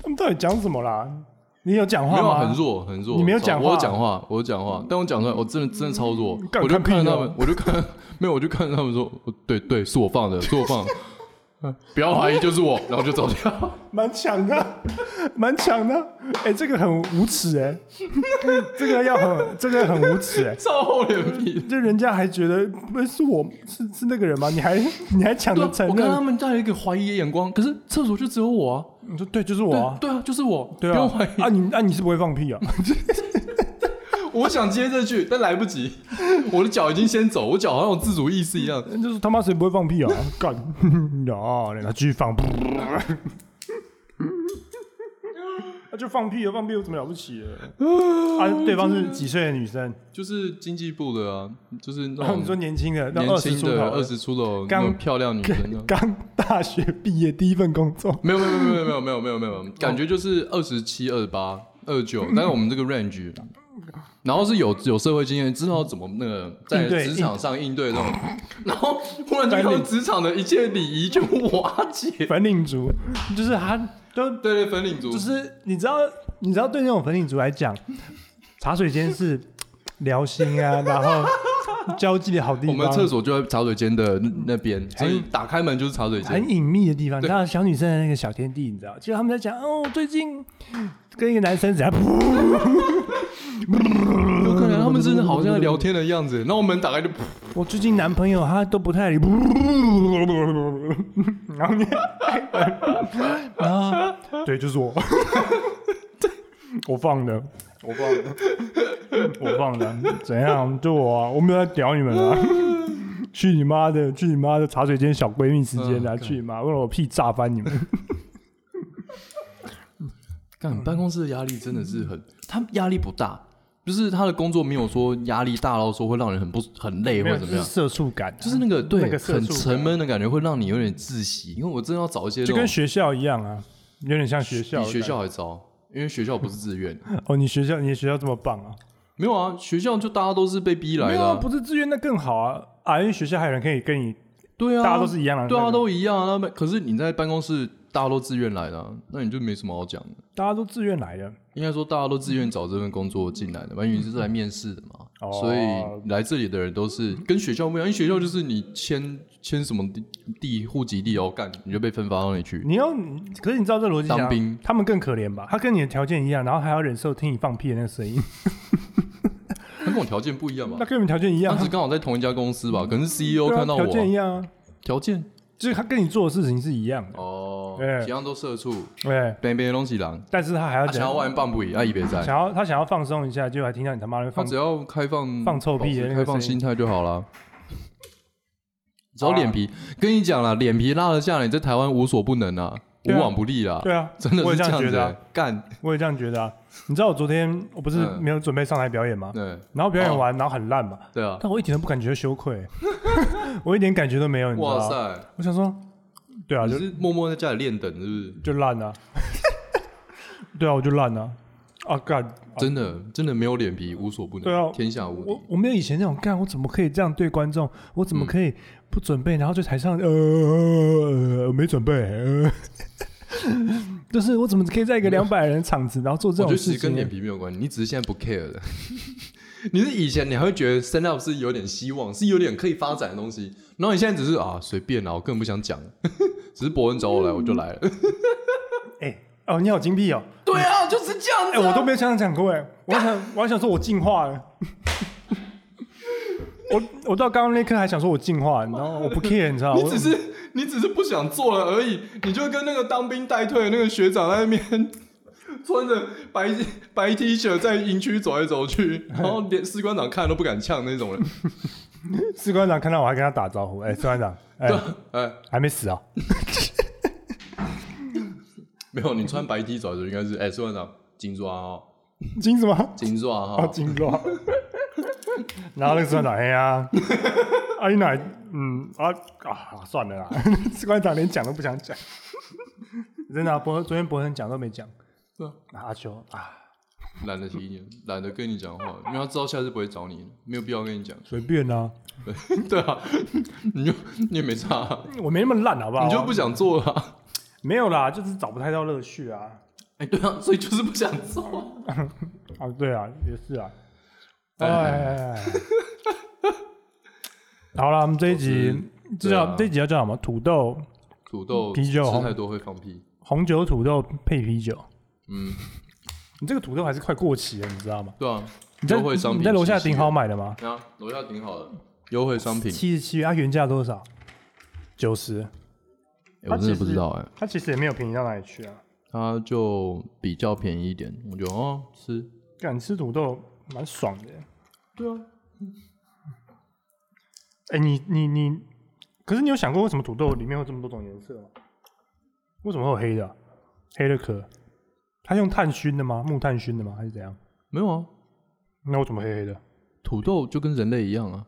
Speaker 3: 他们到底讲什么啦？你有讲
Speaker 1: 没
Speaker 3: 话
Speaker 1: 有
Speaker 3: 吗？
Speaker 1: 啊很弱，很弱。
Speaker 3: 你没有
Speaker 1: 超
Speaker 3: 讲话嗯
Speaker 1: 我有讲话，我有讲话，但我讲出来，我真的真的超弱。
Speaker 3: 干
Speaker 1: 我就
Speaker 3: 看屁
Speaker 1: 看着他
Speaker 3: 哦
Speaker 1: 们，我就看， 没有，我就看着他们说，哦对对，是我放的，是我放的， 不要怀疑，就是 我，然后就走掉。
Speaker 3: 蛮强的，蛮强的。哎、这个很无耻哎、 这个要很，这个很无耻哎、
Speaker 1: 超厚脸皮的。
Speaker 3: 这人家还觉得不是我是是那个人吗？你还你还抢
Speaker 1: 对
Speaker 3: 着
Speaker 1: 啊，
Speaker 3: 承
Speaker 1: 我看他
Speaker 3: 认？
Speaker 1: 们带了一个怀疑的眼光，可是厕所就只有我啊。
Speaker 3: 你说对，就是我啊，
Speaker 1: 对啊，就是我，
Speaker 3: 对
Speaker 1: 不
Speaker 3: 啊
Speaker 1: 用怀，疑。
Speaker 3: 啊你啊你是不会放屁啊？
Speaker 1: 我想接这句，但来不及，我的脚已经先走，我脚好像有自主意识一样。
Speaker 3: 就是他妈谁不会放屁啊？干， 有，然后继续放， 那就放屁啊，放屁有什么了不起的？啊，对方是几岁的女生？
Speaker 1: 就是经济部的啊，就是那
Speaker 3: 然后
Speaker 1: 种
Speaker 3: 你说年轻的，那
Speaker 1: 年
Speaker 3: 二十
Speaker 1: 轻
Speaker 3: 出
Speaker 1: 的
Speaker 3: 头，
Speaker 1: 二十出头那
Speaker 3: 刚
Speaker 1: 种漂亮女生啊。
Speaker 3: 刚大学毕业第一份工作，
Speaker 1: 没有没有没有没有没有没有没有没有，感觉就是二十七、二八、二九，但是我们这个 range，然后是有有社会经验，知道怎么那个在
Speaker 3: 应对
Speaker 1: 职场上应对那种，然后忽然就用职场的一切礼仪就瓦解。
Speaker 3: 粉领族，就是他就
Speaker 1: 对对，粉领族
Speaker 3: 就是你知道你知道对那种粉领族来讲，茶水间是 聊心啊，然后交际的好地
Speaker 1: 我
Speaker 3: 方，啊
Speaker 1: 们厕所就在茶水间的那边，所以打开门就是茶水间
Speaker 3: 很。隐秘的地方，你
Speaker 1: 对
Speaker 3: 知道小女生的那个小天地，你知道？其实他们在讲哦，最近跟一个男生怎样，
Speaker 1: 有可能他们真的好像在聊天的样子，然后门打开就噗，
Speaker 3: 我最近男朋友他都不太理， 然后你，哎然后对，就是我， 我放的，我放的，我放的，怎样？就我啊，我没有在屌你们啊。 去你妈的！去你妈的茶水间小闺蜜时间啊！
Speaker 1: 嗯
Speaker 3: 去你妈！为了我屁炸翻你们！
Speaker 1: 干办公室的压力真的是很，
Speaker 3: 嗯
Speaker 1: 他压力不大，就是他的工作没有说压力大到说会让人很不很累哎或
Speaker 3: 没有
Speaker 1: 者怎么样
Speaker 3: 就是。社畜感啊、
Speaker 1: 就是那个对
Speaker 3: 那个色
Speaker 1: 很
Speaker 3: 素
Speaker 1: 沉闷的感觉，会让你有点窒息。因为我真的要找一些那
Speaker 3: 就
Speaker 1: 种
Speaker 3: 跟学校一样啊，有点像学校
Speaker 1: 比
Speaker 3: 的感觉。
Speaker 1: 学校还糟，因为学校不是自愿。
Speaker 3: 哦，你学校你的学校这么棒啊？
Speaker 1: 没有啊，学校就大家都是被逼来
Speaker 3: 没有
Speaker 1: 的
Speaker 3: 啊，
Speaker 1: 啊、
Speaker 3: 不是自愿那更好啊啊！因为学校还有人可以跟你，
Speaker 1: 对啊，
Speaker 3: 大家都是一样的，
Speaker 1: 对啊，
Speaker 3: 那个
Speaker 1: 都一样啊。那么可是你在办公室，大家都自愿来的啊、那你就没什么好讲的。
Speaker 3: 大家都自愿来的。
Speaker 1: 应该说大家都自愿找这份工作进来的嘛，因为你是来面试的嘛，
Speaker 3: 哦
Speaker 1: 所以来这里的人都是跟学校不一样，因为学校就是你签签什么地地户籍地哦，干你就被分发到那里去，
Speaker 3: 你要，可是你知道这逻辑想
Speaker 1: 当兵
Speaker 3: 他们更可怜吧？他跟你的条件一样，然后还要忍受听你放屁的那个 声音，
Speaker 1: 他跟我条件不一样嘛
Speaker 3: 那。跟你们条件一样
Speaker 1: 当时
Speaker 3: 啊，
Speaker 1: 刚好在同一家公司吧，可能是
Speaker 3: 对
Speaker 1: CEO
Speaker 3: 啊
Speaker 1: 看到我
Speaker 3: 条件一样啊，
Speaker 1: 条件
Speaker 3: 就是他跟你做的事情是一样的，
Speaker 1: 哦
Speaker 3: 对，
Speaker 1: 几样都社畜，
Speaker 3: 对。
Speaker 1: 北边东西狼，
Speaker 3: 但是他还要
Speaker 1: 他想要
Speaker 3: 忍，
Speaker 1: 万棒不赢，啊，一别在，
Speaker 3: 想要他想要放松一下，结果还听到你他妈的
Speaker 1: 他
Speaker 3: 放
Speaker 1: 只要开放哦
Speaker 3: 放臭屁的那个
Speaker 1: 开放
Speaker 3: 声音啊
Speaker 1: 心态就好了。只要脸皮，跟你讲了，脸皮拉得下来，你在台湾无所不能啊，无
Speaker 3: 对啊
Speaker 1: 往不利啊，
Speaker 3: 对啊，
Speaker 1: 真的
Speaker 3: 我
Speaker 1: 是
Speaker 3: 也这
Speaker 1: 样
Speaker 3: 觉
Speaker 1: 子
Speaker 3: 得
Speaker 1: 欸
Speaker 3: 啊，
Speaker 1: 干，
Speaker 3: 我也这样觉得啊。你知道我昨天我不是
Speaker 1: 嗯
Speaker 3: 没有准备上台表演吗？
Speaker 1: 对
Speaker 3: 然后表
Speaker 1: 哦
Speaker 3: 演完，然后很烂嘛，
Speaker 1: 对啊，
Speaker 3: 但我一点都不感觉羞愧， 我一点感觉都没有，你知
Speaker 1: 哇
Speaker 3: 道吗？
Speaker 1: 塞，
Speaker 3: 我想说，对啊，
Speaker 1: 你
Speaker 3: 就是
Speaker 1: 默默在家里练等是不是？
Speaker 3: 就烂啊， 对啊，我就烂啊，啊干，啊
Speaker 1: 真的真的没有脸皮，无所不能，
Speaker 3: 对啊
Speaker 1: 天下无
Speaker 3: 我
Speaker 1: 敌，
Speaker 3: 我没有以前那种干，我怎么可以这样对观众？我
Speaker 1: 嗯
Speaker 3: 怎么可以不准备，然后就台上呃呃没准备，呃 就是我怎么可以在一个两百人场子，然后做这
Speaker 1: 我觉得
Speaker 3: 种
Speaker 1: 其
Speaker 3: 事
Speaker 1: 实跟脸
Speaker 3: 情？欸
Speaker 1: 皮没有关系，你只是现在不 care 了。 你是以前你还会觉得 stand up 是有点希望，是有点可以发展的东西，然后你现在只是啊随便啦，我根本不想讲， 只是伯恩找我来
Speaker 3: 嗯
Speaker 1: 我就来了。
Speaker 3: 哎哦，你好精辟哦！
Speaker 1: 对啊，就是这样
Speaker 3: 哎，我都没有想讲过哎，我还想我还想说我进化了。我我到刚刚那一刻还想说我进化，然后我 不 care，你知道吗？
Speaker 1: 你只是你只是不想做了而已，你就跟那个当兵带退的那个学长在那边穿着白白 T 恤在营区走来走去，然后连士官长看都不敢呛那种人。
Speaker 3: 士官长看到我还跟他打招呼，哎、士官长，哎、
Speaker 1: 哎，
Speaker 3: 还没死啊？
Speaker 1: 没有，你穿白 T 走来走去应该是哎，士官长金抓哦，
Speaker 3: 金什么？
Speaker 1: 金抓
Speaker 3: 哦，
Speaker 1: 哈，
Speaker 3: 金 抓。然后那个士官长，哎呀，啊你 哪？嗯啊啊，算了啦，士官长连讲都不想讲。真的啊、博昨天博恒讲都没讲，
Speaker 1: 对啊
Speaker 3: 啊阿秋啊，
Speaker 1: 懒得提意见，懒得跟你讲话，因为他知道下次不会找你，没有必要跟你讲。
Speaker 3: 随便啦、
Speaker 1: 对啊，你就你也没差啊、
Speaker 3: 我没那么烂好不好？
Speaker 1: 你就不想做了啊、
Speaker 3: 没有啦，就是找不太到乐趣啊。
Speaker 1: 哎、对啊，所以就是不想做。
Speaker 3: 啊，对啊，也是啊。
Speaker 1: 哎
Speaker 3: 哎，好了，我们这一
Speaker 1: 都是
Speaker 3: 集这
Speaker 1: 对
Speaker 3: 叫、
Speaker 1: 啊
Speaker 3: 这一集要叫什么？土豆
Speaker 1: 土豆
Speaker 3: 啤酒
Speaker 1: 吃太多会放屁。
Speaker 3: 红酒土豆配啤酒。
Speaker 1: 嗯，
Speaker 3: 你这个土豆还是快过期了，你知道吗？
Speaker 1: 对啊，
Speaker 3: 你在
Speaker 1: 优惠商品
Speaker 3: 你在楼下
Speaker 1: 七十
Speaker 3: 顶好买的吗？
Speaker 1: 元，啊，楼下挺好的，优惠商品。
Speaker 3: 七十七，它啊原价多少？九十。
Speaker 1: 哎我真的不知道哎、
Speaker 3: 它其实也没有便宜到哪里去啊。
Speaker 1: 它就比较便宜一点，我觉得哦吃。
Speaker 3: 敢吃土豆蛮爽的耶。
Speaker 1: 对啊，
Speaker 3: 哎、你你你，可是你有想过为什么土豆里面有这么多种颜色吗？为什么会有黑的啊、黑的壳，它用碳熏的吗？木炭熏的吗？还是怎样？
Speaker 1: 没有啊，
Speaker 3: 那我怎么黑黑的？
Speaker 1: 土豆就跟人类一样啊，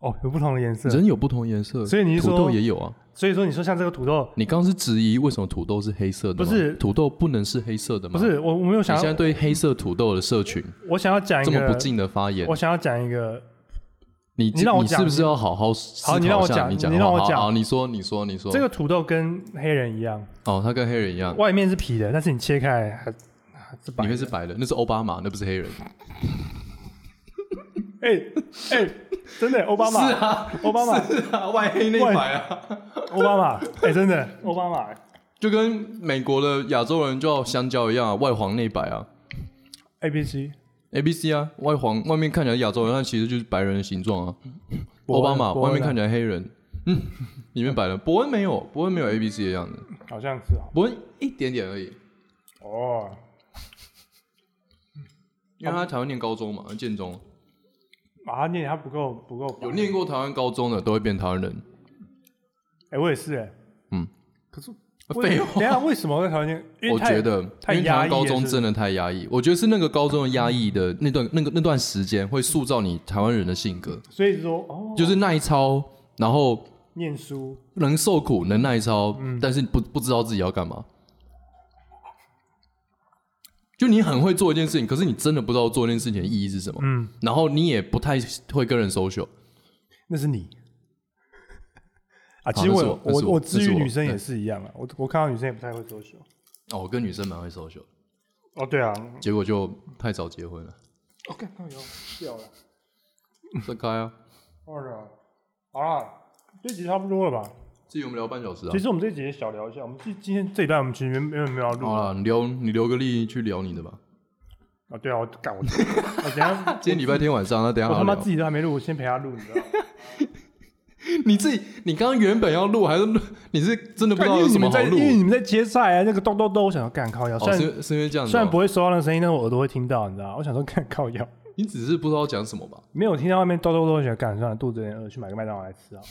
Speaker 3: 哦，有不同的颜色。
Speaker 1: 人有不同颜色，
Speaker 3: 所以你是
Speaker 1: 土
Speaker 3: 说
Speaker 1: 豆也有啊。
Speaker 3: 所以说，你说像这个土豆，
Speaker 1: 你刚刚是质疑为什么土豆是黑色的吗？
Speaker 3: 不是
Speaker 1: 土豆不能是黑色的吗？
Speaker 3: 不，是我，我没有
Speaker 1: 你
Speaker 3: 想
Speaker 1: 现在
Speaker 3: 要，
Speaker 1: 对黑色土豆的社群
Speaker 3: 我想要讲一
Speaker 1: 这么
Speaker 3: 个
Speaker 1: 不，敬的发言
Speaker 3: 我，想要讲一个，
Speaker 1: 你
Speaker 3: 你让我
Speaker 1: 你
Speaker 3: 讲
Speaker 1: 是不是要好好思考
Speaker 3: 好你让我
Speaker 1: 一下
Speaker 3: 讲
Speaker 1: 你
Speaker 3: 你让我
Speaker 1: 好
Speaker 3: 讲
Speaker 1: 好，你说，你说，你说。
Speaker 3: 这个土豆跟黑人一样，
Speaker 1: 哦，他跟黑人一样，
Speaker 3: 外面是皮的，但是你切开来还还是白
Speaker 1: 里
Speaker 3: 的。
Speaker 1: 面是白的，那是奥巴马，那不是黑人。
Speaker 3: 哎哎、真的，奥巴马，
Speaker 1: 啊，
Speaker 3: 奥巴马，
Speaker 1: 是啊，外黑内白啊，
Speaker 3: 奥巴马，哎、真的，奥巴马，
Speaker 1: 就跟美国的亚洲人叫香蕉一样、啊，外黄内白啊。
Speaker 3: A B C，
Speaker 1: A B C 啊，外黄外面看起来亚洲人，但其实就是白人的形状啊。奥巴马外面看
Speaker 3: 起
Speaker 1: 起来黑人，嗯， 里面白人。伯恩没有，伯恩没有 A B C 的样子，
Speaker 3: 来好像是哦
Speaker 1: 伯恩一点点而已，
Speaker 3: 哦，
Speaker 1: 因为他台湾念高中嘛，建中
Speaker 3: 啊，他念他不够不够
Speaker 1: 有
Speaker 3: 白
Speaker 1: 念过台湾高中的都会变台湾人。
Speaker 3: 哎、我也是哎、
Speaker 1: 嗯，
Speaker 3: 可是
Speaker 1: 废话
Speaker 3: 等一下为什么在台湾念？因为
Speaker 1: 我
Speaker 3: 太
Speaker 1: 觉得，
Speaker 3: 太
Speaker 1: 因为台
Speaker 3: 压
Speaker 1: 湾
Speaker 3: 抑
Speaker 1: 高
Speaker 3: 了
Speaker 1: 中
Speaker 3: 是不是
Speaker 1: 真的太压抑，我觉得是那个高中的压抑的那段、那个那段时间，会塑造你台湾人的性格，
Speaker 3: 所以说哦，
Speaker 1: 就是耐操，然后
Speaker 3: 念书
Speaker 1: 能受苦，能耐操，
Speaker 3: 嗯
Speaker 1: 但是不不知道自己要干嘛。就你很会做一件事情，可是你真的不知道做那件事情的意义是什么，
Speaker 3: 嗯
Speaker 1: 然后你也不太会跟人 social。
Speaker 3: 那是你啊。
Speaker 1: 好
Speaker 3: 其实
Speaker 1: 那
Speaker 3: 我
Speaker 1: 是
Speaker 3: 有
Speaker 1: 我那
Speaker 3: 我
Speaker 1: 是我
Speaker 3: 我至
Speaker 1: 那是
Speaker 3: 于
Speaker 1: 我嗯
Speaker 3: 女生也
Speaker 1: 对
Speaker 3: 是一样啊，我我看到女生也不太会做手。
Speaker 1: 哦，我跟女生蛮会 social，的
Speaker 3: 哦，对啊
Speaker 1: 结果就太早结婚了，
Speaker 3: ，OK，那我有掉了，
Speaker 1: 这开啊，
Speaker 3: 二啊，好啦，这集差不多了吧？
Speaker 1: 这集我们聊半小时啊
Speaker 3: 其。实我们这集也小聊一下，我们今今天这一段我们其实没有没有要录
Speaker 1: 好
Speaker 3: 啊。
Speaker 1: 了，你留你留个力去聊你的吧。
Speaker 3: 对啊，我干我，我等一 下
Speaker 1: 今天礼拜天晚上，啊那等一下
Speaker 3: 我
Speaker 1: 还要
Speaker 3: 他妈
Speaker 1: 聊。
Speaker 3: 自己都还没录，我先陪他录，你知道吗？
Speaker 1: 你自己，你刚刚原本要录还是录？你是真的不知道
Speaker 3: 因
Speaker 1: 有
Speaker 3: 为
Speaker 1: 什
Speaker 3: 你
Speaker 1: 么
Speaker 3: 们
Speaker 1: 好
Speaker 3: 在，
Speaker 1: 录
Speaker 3: 因？为你们在切菜啊，那个咚咚咚，我想要干靠腰，虽
Speaker 1: 哦，
Speaker 3: 然、
Speaker 1: 是是因为这样子
Speaker 3: 虽然
Speaker 1: 哦。
Speaker 3: 不会收到那个声音，但是我耳朵会听到，你知道吗？我想说干靠腰，
Speaker 1: 你只是不知道讲什么吧？
Speaker 3: 没有听到外面咚咚咚，我想干算了，肚子有点饿，去买个麦当劳来 吃啊。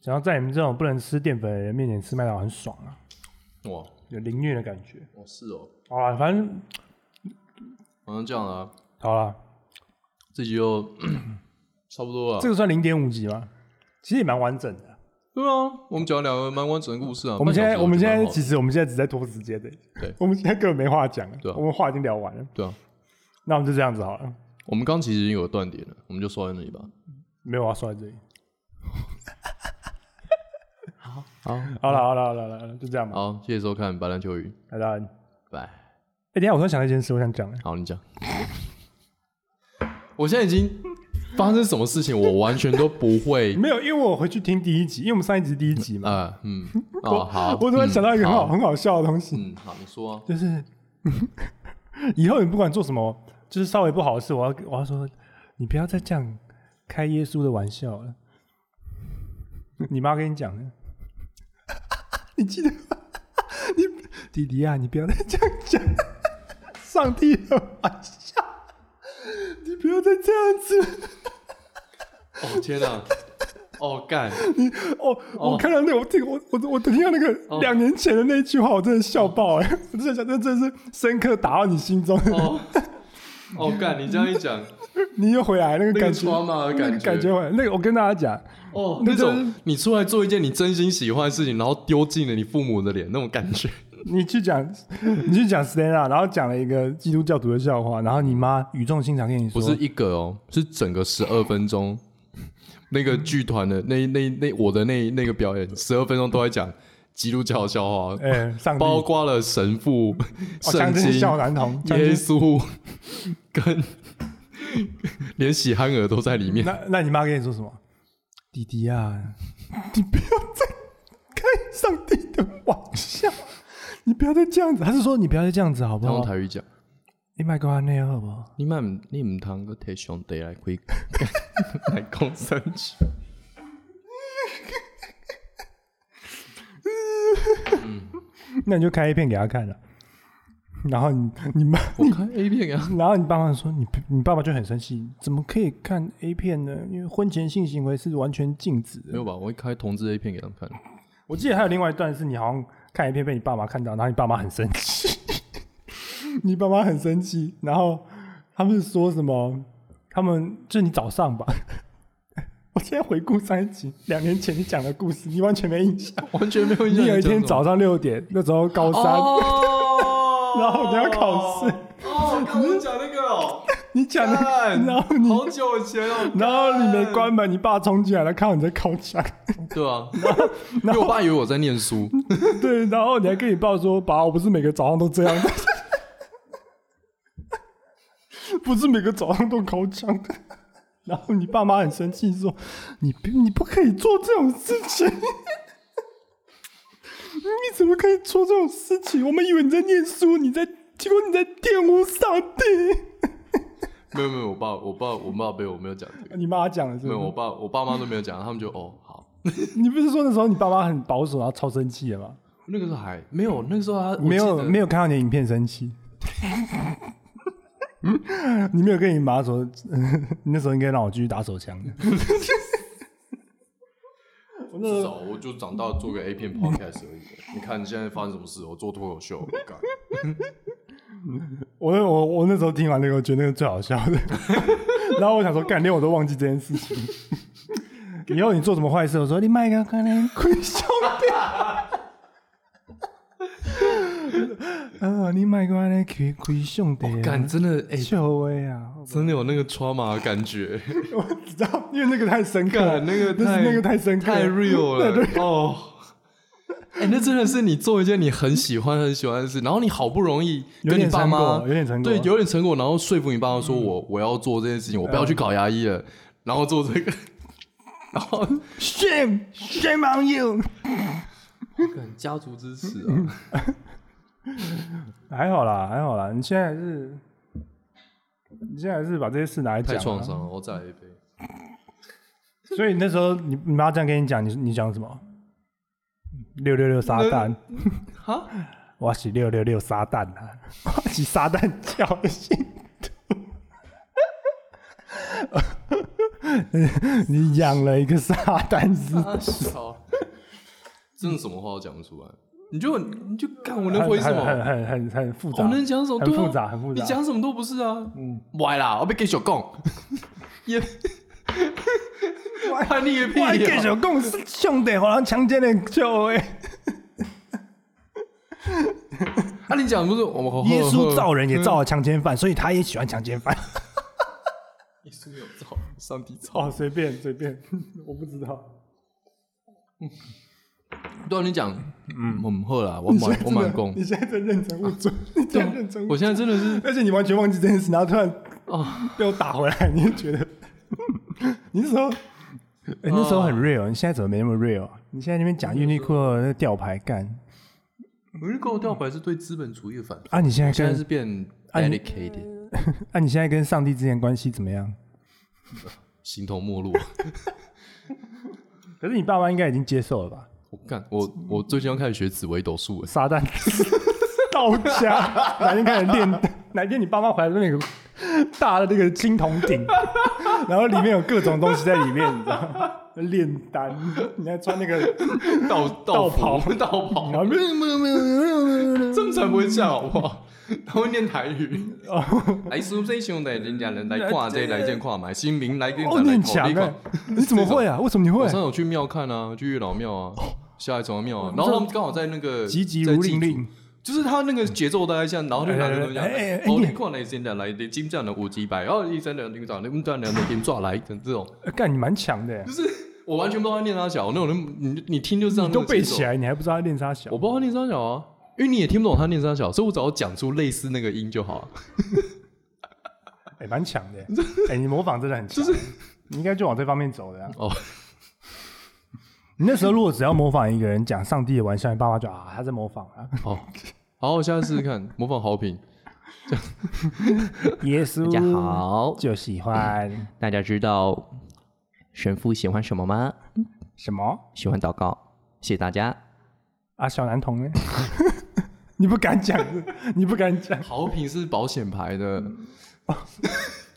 Speaker 3: 想要在你们这种不能吃淀粉的人面前吃麦当劳很爽啊，
Speaker 1: 哇，
Speaker 3: 有凌虐的感觉。
Speaker 1: 哦是哦，
Speaker 3: 好啦，反正
Speaker 1: 好像这样啊，
Speaker 3: 好啦，
Speaker 1: 这集就 差不多了
Speaker 3: 这。个算零点五级吗？其实也蛮完整的。
Speaker 1: 对啊，我们讲了两个蛮完整的故事啊。
Speaker 3: 我们现在
Speaker 1: 半小时
Speaker 3: 我们
Speaker 1: 觉得
Speaker 3: 现
Speaker 1: 蛮
Speaker 3: 在
Speaker 1: 好的
Speaker 3: 其实我们现在只在拖时间的，
Speaker 1: 对，
Speaker 3: 我们现在根本没话讲了，
Speaker 1: 对啊
Speaker 3: 我们话已经聊完了，
Speaker 1: 对啊，
Speaker 3: 那我们就这样子好了，
Speaker 1: 我们刚其实已经有断点了，我们就说到那里吧。
Speaker 3: 没有啊我要说在这里。
Speaker 1: 好，
Speaker 3: 好了好了好了好了，就这样吧，
Speaker 1: 好，谢谢收看《白兰秋雨》，
Speaker 3: 拜拜。
Speaker 1: 拜。
Speaker 3: 哎、等一下，我突然想到一件事，我想讲。
Speaker 1: 好，你讲。 我现在已经发生什么事情，我完全都不会。
Speaker 3: 没有，因为我回去听第一集，因为我们上一集第一集嘛，
Speaker 1: 啊， 嗯，哦，好。
Speaker 3: 我突然
Speaker 1: 嗯
Speaker 3: 想到一个很好、
Speaker 1: 好
Speaker 3: 很好笑的东西，
Speaker 1: 嗯，好，你说啊、
Speaker 3: 就是 以后你不管做什么，就是稍微不好的事，我要我要说，你不要再这样开耶稣的玩笑了。你妈跟你讲的， 你记得吗？你弟弟啊，你不要再这样讲上帝的玩笑， 你不要再这样子。
Speaker 1: 哦天哪、哦干，
Speaker 3: 哦，我看到那个，我这个，我我我听到那个两年前的 哦那一句话，我真的笑爆哎、我真的想，这真的是深刻打到你心中。
Speaker 1: 哦哦，干，你这样一讲，
Speaker 3: 你又回来那个
Speaker 1: 那个
Speaker 3: 感觉，
Speaker 1: 抓马的
Speaker 3: 那
Speaker 1: 感
Speaker 3: 个感觉回来。那个我跟大家讲，
Speaker 1: 哦，
Speaker 3: 那
Speaker 1: 那种
Speaker 3: 种
Speaker 1: 你出来做一件你真心喜欢的事情，然后丢进了你父母的脸，那种感觉。
Speaker 3: 你去讲，你去讲 Stella，然后讲了一个基督教徒的笑话，然后你妈语重心长跟你
Speaker 1: 不
Speaker 3: 说，
Speaker 1: 是一个哦，是整个十二分钟， 那个剧团的那那那我的那那个表演，十二分钟都在讲基督教笑话，
Speaker 3: 哎、上帝，
Speaker 1: 包
Speaker 3: 哦，
Speaker 1: 括了神父、
Speaker 3: 将
Speaker 1: 圣
Speaker 3: 军
Speaker 1: 经、
Speaker 3: 笑男童，将
Speaker 1: 耶
Speaker 3: 军
Speaker 1: 稣， 跟 连喜憨儿都在里面。
Speaker 3: 那那你妈跟你说什么？弟弟 啊，你不要再开上帝的玩笑，你不要再这样子。他是说你不要再这样子，好不
Speaker 1: 他用
Speaker 3: 好？
Speaker 1: 台语讲，
Speaker 3: 你买个安内好不好？
Speaker 1: 你慢唔你唔通个摕上帝来开 来讲生气。
Speaker 3: 那你就开一片给他看了、然后你你妈，
Speaker 1: 我看 A 片啊，
Speaker 3: 然后你爸爸说你你爸爸就很生气，怎么可以看 A 片呢？因为婚前性行为是完全禁止
Speaker 1: 没
Speaker 3: 的。
Speaker 1: 有吧？我会开同志 A 片给他们看。
Speaker 3: 我记得还有另外一段是你好像看 A 片被你爸妈看到，然后你爸妈很生气， 你爸妈很生气，然后他们说什么？他们就你早上吧。 我现在回顾上一集，两年前你讲的故事，你完全没印象。
Speaker 1: 完全没有印象。
Speaker 3: 你有一天早上六点，那时候高三，
Speaker 1: 哦
Speaker 3: 然后你要考试。
Speaker 1: 哦，刚我讲那个哦，
Speaker 3: 你讲的，
Speaker 1: 干
Speaker 3: 然后你，
Speaker 1: 好久前哦，
Speaker 3: 然后你没
Speaker 1: 干
Speaker 3: 关。门，你爸冲进来了，看到你在烤 墙，
Speaker 1: 对 啊，因为我爸以为我在念书，
Speaker 3: 对，然后你还跟你爸说：“爸，我不是每个早上都这样 的，不是每个早上都口腔的。”然后你爸妈很生气说：“你不你不可以做这种事情， 你怎么可以做这种事情？我们以为你在念书，你在结果你在玷污上帝。
Speaker 1: 没有没有，我爸我爸我爸没有我没有讲这”个，
Speaker 3: 你妈讲的是
Speaker 1: 没有
Speaker 3: 不
Speaker 1: 我
Speaker 3: 是？
Speaker 1: 爸我爸妈都没有讲，他们就哦好，
Speaker 3: 你不是说那时候你爸妈很保守，然后超生气的吗？
Speaker 1: 那个时候还没有，那个时候他
Speaker 3: 没有没
Speaker 1: 有，
Speaker 3: 有看到你的影片生气。 嗯你没有跟你妈说， 你那时候应该让我继续打手枪的。我那
Speaker 1: 至
Speaker 3: 时
Speaker 1: 少
Speaker 3: 候
Speaker 1: 我就长大做个 A 片 podcast 而已。你看现在发生什么事？我做脱口秀，我干，
Speaker 3: 我那我我那时候听完那个，我觉得那个最好笑的。 然后我想说，干，连我都忘记这件事情。以后你做什么坏事，我说你卖个可能亏兄弟。 啊，你卖个可能亏亏兄弟啊，
Speaker 1: 干真的哎，
Speaker 3: 笑威啊！
Speaker 1: 真的有那个 trauma 的感觉。
Speaker 3: 我只知道，因为那个太深刻了，
Speaker 1: 干那个
Speaker 3: 那
Speaker 1: 太
Speaker 3: 是那个太深刻了，
Speaker 1: 太 real 了哦。哎、那真的是你做一件你很喜欢、很喜欢的事，然后你好不容易
Speaker 3: 有
Speaker 1: 跟你
Speaker 3: 点
Speaker 1: 爸
Speaker 3: 成
Speaker 1: 妈
Speaker 3: 果，有点成果，
Speaker 1: 对有点成果，然嗯后说服你爸妈说我、我要做这件事情，我不要去考牙医了，然后做这个， 然后
Speaker 3: shame shame on you。
Speaker 1: 家族支持啊，
Speaker 3: 还好啦，还好啦，你现在还是，你现在还是把这些事拿来讲
Speaker 1: 太
Speaker 3: 啊、
Speaker 1: 创伤了，我再来一杯。
Speaker 3: 所以那时候你你妈这样跟你讲，你你讲什么？六六六撒旦，
Speaker 1: 哈，
Speaker 3: 我是六六六撒旦啊，我是撒旦教的信徒。你养了一个撒旦之
Speaker 1: 啊操， 真的什么话都讲不出来，你就你就看我能
Speaker 3: 很
Speaker 1: 回什么？
Speaker 3: 很很很很复杂，
Speaker 1: 我能讲什么？
Speaker 3: 很
Speaker 1: 对啊
Speaker 3: 复杂很复杂
Speaker 1: 你讲什么都不是啊。嗯，歪啦，我被给小贡， 也叛逆个屁
Speaker 3: 我还继
Speaker 1: 啊！
Speaker 3: 续讲，兄弟，互人强奸的笑诶，
Speaker 1: 啊，你讲不是我们
Speaker 3: 耶稣造人也，造
Speaker 1: 嗯
Speaker 3: 了强奸犯，所以他也喜欢强奸犯。
Speaker 1: 耶稣没有造，上帝造。
Speaker 3: 哦，随便随便， 我不知道。
Speaker 1: 对啊，你讲，嗯，我们后啦，我满我满
Speaker 3: 你
Speaker 1: 贡。
Speaker 3: 现在在认真误做，你这样认真误
Speaker 1: 我
Speaker 3: 做，
Speaker 1: 现在真的是
Speaker 3: 而且你完全忘记这件事，然后突然
Speaker 1: 啊，
Speaker 3: 被我打回来，你就觉得， 你那时候，哎，那时候很 real，你现在怎么没那么 real？你现在那边讲 Uniqlo 那吊牌干
Speaker 1: 我日狗掉回来是对资本主义的反
Speaker 3: 啊？你现在
Speaker 1: 现在
Speaker 3: 跟
Speaker 1: 是变
Speaker 3: 啊你
Speaker 1: dedicated，
Speaker 3: 啊？你现在跟上帝之间关系怎么样？
Speaker 1: 形同陌 路。
Speaker 3: 可是你爸妈应该已经接受了吧？
Speaker 1: 我干，我我最近要开始学紫微斗数了。
Speaker 3: 撒旦 道家， 哪天开始练？哪天你爸妈回来那边有个大的那个青铜 鼎，然后里面有各种东西在里面，你知道吗？炼丹，你还穿那个，
Speaker 1: 道道
Speaker 3: 道
Speaker 1: 袍，道袍
Speaker 3: 然后
Speaker 1: 正常不会这样好不好？他会念台语。
Speaker 3: 哦，
Speaker 1: 来苏这兄弟，人家人来看这来见看嘛，新民来跟
Speaker 3: 哦，
Speaker 1: 咱
Speaker 3: 你
Speaker 1: 来看
Speaker 3: 很强
Speaker 1: 你
Speaker 3: 哎
Speaker 1: 看。，
Speaker 3: 你怎么会 啊？为什么你会
Speaker 1: 我？上次有去庙看啊，去月老庙啊，下海城隍庙啊，然后他们刚好在那个
Speaker 3: 急急
Speaker 1: 在
Speaker 3: 如
Speaker 1: 祭
Speaker 3: 律
Speaker 1: 祖
Speaker 3: 令，
Speaker 1: 就是他那个节奏大概像，然后就拿着东西，
Speaker 3: 哎哎哎哎
Speaker 1: 哦，
Speaker 3: 你
Speaker 1: 你看来现在来的金站的五几百，然后一三两零长，那五段两的金抓来等这种，
Speaker 3: 呃干你蛮强的欸，
Speaker 1: 我完全不知道他念啥小，那种人你你听就知道
Speaker 3: 你
Speaker 1: 那
Speaker 3: 都
Speaker 1: 个
Speaker 3: 背
Speaker 1: 节奏
Speaker 3: 起，来，你还不知道他练啥小
Speaker 1: 我？不知道他念啥小啊，因为你也听不懂他念啥小，所以我只要讲出类似那个音就好了。
Speaker 3: 哎，蛮强的欸，哎，你模仿真的很强，你应该就往这方面走的啊。
Speaker 1: 哦，
Speaker 3: 你那时候如果只要模仿一个人讲上帝的玩笑，你爸妈就啊他在模仿啊，
Speaker 1: 哦，好，我下次试试看 模仿好评。
Speaker 3: 耶稣
Speaker 2: 大家好，
Speaker 3: 就喜欢
Speaker 2: 大家知道神父喜欢什么吗？
Speaker 3: 什么
Speaker 2: 喜欢祷告，谢谢大家。
Speaker 3: 啊小男童呢？ 你不敢讲，你不敢讲，
Speaker 1: 好评是保险牌的，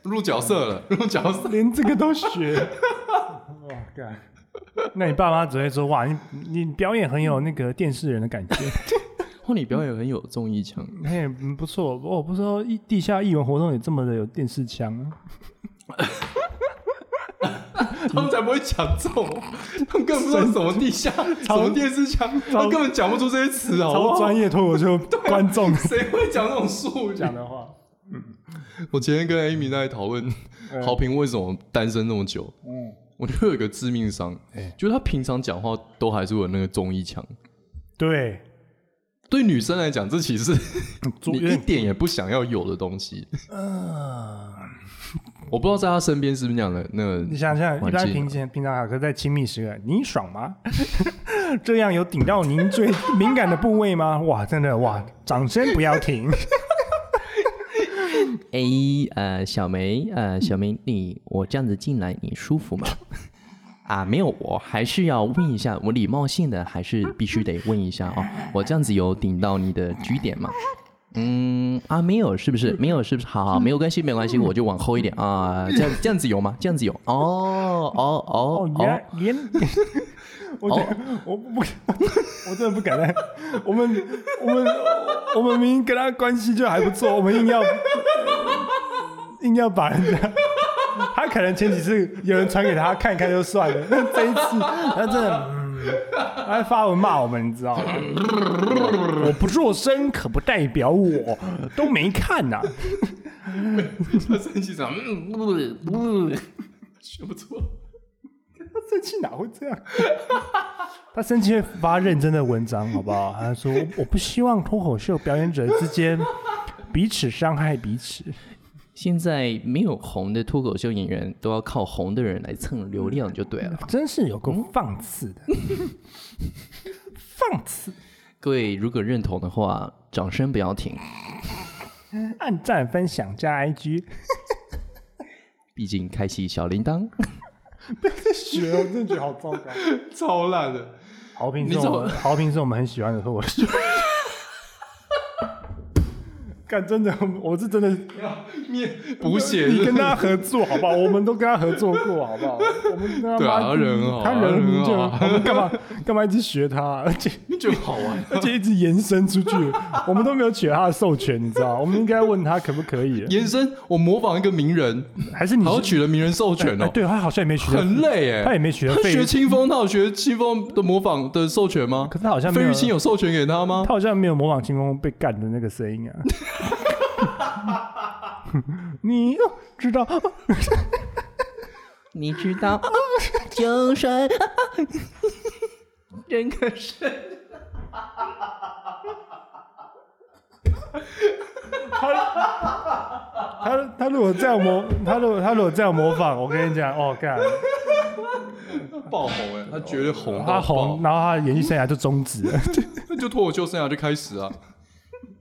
Speaker 1: 入角色了， 入角色。
Speaker 3: 连这个都学。哇干！那你爸妈只会说哇，你你表演很有那个电视人的感觉，
Speaker 1: 哦，你表演很有综艺腔。
Speaker 3: 嘿，嗯不错。我不知道艺地下艺文活动有这么的有电视腔啊。
Speaker 1: 他们才不会讲这种，他们根本不知道什么地下、什么电视墙，他们根本讲不出这些词，好不
Speaker 3: 超
Speaker 1: 好？
Speaker 3: 专业脱口秀观众
Speaker 1: 谁会讲这种术语？啊
Speaker 3: 讲的话，
Speaker 1: 我前天跟 Amy 在讨论
Speaker 3: 嗯
Speaker 1: 豪平为什么单身那么久，
Speaker 3: 嗯，
Speaker 1: 我觉得有一个致命伤，就是他平常讲话都还是有那个综艺腔。
Speaker 3: 对，
Speaker 1: 对女生来讲，这其实是
Speaker 3: 主
Speaker 1: 你一点也不想要有的东西。
Speaker 3: 啊
Speaker 1: 我不知道在他身边是不是那样的那个
Speaker 3: 你想想，一
Speaker 1: 环
Speaker 3: 般
Speaker 1: 境
Speaker 3: 平常平常啊好，可是在亲密时刻，你爽吗？ 这样有顶到您最敏感的部位吗？哇，真的哇，掌声不要停。
Speaker 2: 哎，呃，小梅，呃，小梅，你我这样子进来，你舒服吗？ 啊，没有，我还是要问一下，我礼貌性的还是必须得问一下哦，我这样子有顶到你的据点吗？嗯啊，没有，是不是？没有，是不是？好好，没有关系，没有关系，我就往后一点啊，这样这样子有吗？这样子有？哦哦
Speaker 3: 哦
Speaker 2: 哦，哦
Speaker 3: 原，连，我觉得我不， 我真的不敢再。我们我们我们明明跟他关系就还不错，我们硬要硬要把人家。他可能前几次有人传给他看一看就算了，但这一次他真的，嗯，他还发文骂我们，你知道吗？ 我不做声可不代表我都没看呐、
Speaker 1: 他生气啥？嗯，不不，学不错。
Speaker 3: 他生气哪会这样？ 他生气会发认真的文章，好不好？他说：“我我不希望脱口秀表演者之间彼此伤害彼 此。
Speaker 2: 现在没有红的脱口秀演员都要靠红的人来蹭流量就对了。”
Speaker 3: 真是有够放肆的，放肆！
Speaker 2: 各位如果认同的话，掌声不要停，
Speaker 3: 按赞、分享、加 IG，
Speaker 2: 毕竟开启小铃铛。
Speaker 3: 学我真的觉得好糟 糕。
Speaker 1: 超烂的。
Speaker 3: 豪平
Speaker 1: 你
Speaker 3: 是
Speaker 1: 怎
Speaker 3: 我们，豪平是我们很喜欢的脱口秀。 干真的，我是真的
Speaker 1: 你补血
Speaker 3: 你
Speaker 1: 是
Speaker 3: 跟他合作好不好？我们都跟他合作过好不好？我们跟他
Speaker 1: 对啊
Speaker 3: 妈
Speaker 1: 他人很好
Speaker 3: 他
Speaker 1: 他人
Speaker 3: 人
Speaker 1: 很
Speaker 3: 就
Speaker 1: 好
Speaker 3: 我们干嘛干嘛一直学他， 而且
Speaker 1: 你觉得好啊玩？
Speaker 3: 而且一直延伸出去，我们都没有取得他的授权，你知道吗？我们应该问他可不可以，
Speaker 1: 延伸，我模仿一个名人，
Speaker 3: 还是你
Speaker 1: 好像
Speaker 3: 是
Speaker 1: 取了名人授权
Speaker 3: 哎
Speaker 1: 哦，
Speaker 3: 对他好像也没取得，
Speaker 1: 很累哎。
Speaker 3: 他也没取得
Speaker 1: 他
Speaker 3: 费
Speaker 1: 学
Speaker 3: 玉，
Speaker 1: 清风，他有学清风的模仿的授权吗
Speaker 3: 可？是他好像没
Speaker 1: 费
Speaker 3: 有
Speaker 1: 玉，清有授权给他吗
Speaker 3: 他？好像没有模仿清风被干的那个 声音啊。你哦知道
Speaker 2: 你知道，就是真可是
Speaker 3: 他他如果这样模，他如果他如果这样模仿，我跟你讲，哦干。
Speaker 1: 爆红哎，他绝对红
Speaker 3: 他
Speaker 1: 到
Speaker 3: 红，
Speaker 1: 爆，
Speaker 3: 然后他的演艺生涯就终止 了。
Speaker 1: 那就脱口秀生涯就开始 啊。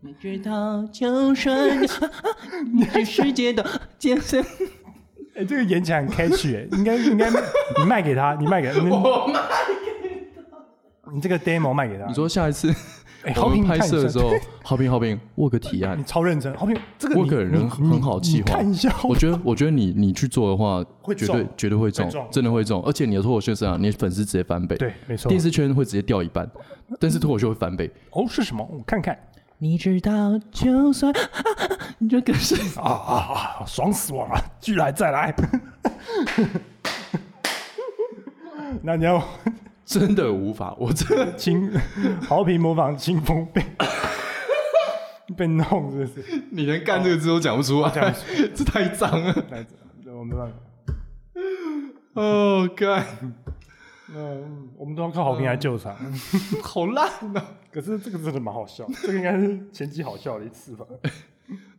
Speaker 2: 你知道，就是你是世界的尖森。
Speaker 3: 哎、这个演起来很 catchy，、欸、应该应该你卖给他，你卖给他，你
Speaker 1: 我卖
Speaker 3: 你这个 demo 卖给他。
Speaker 1: 你说下一次
Speaker 3: 哎
Speaker 1: 我
Speaker 3: 好评
Speaker 1: 们拍
Speaker 3: 看一
Speaker 1: 摄的时
Speaker 3: 下
Speaker 1: 候，好评好评，我有个提案
Speaker 3: 你，超认真，后面这个
Speaker 1: 我
Speaker 3: 你
Speaker 1: 有个人
Speaker 3: 你
Speaker 1: 很好
Speaker 3: 你
Speaker 1: 计划
Speaker 3: 看一下，
Speaker 1: 我觉得，我觉得你你去做的话，
Speaker 3: 会
Speaker 1: 绝
Speaker 3: 中
Speaker 1: 对绝对会中
Speaker 3: 会中，
Speaker 1: 真的会中，而且你的脱口秀生涯，你的粉丝直接翻倍。
Speaker 3: 对，没错。
Speaker 1: 电视圈会直接掉一半，但是脱口秀会翻倍。
Speaker 3: 哦是什么？我看看，
Speaker 2: 你知道，就算、啊啊、你这个是
Speaker 3: 啊啊啊！爽死我了！居来再来。 那你要
Speaker 2: 真的无法，我真的
Speaker 3: 清 好评模仿清风被被弄，是不是？
Speaker 1: 你连干这个字都讲不出来，
Speaker 3: 讲不
Speaker 1: 这太脏了。
Speaker 3: 那我没办法。
Speaker 1: 哦，干，
Speaker 3: 嗯，我们都要靠好评来救场。
Speaker 1: 好烂啊呐、
Speaker 3: 可是这个真的蛮好笑，这个应该是前期好笑的一次吧？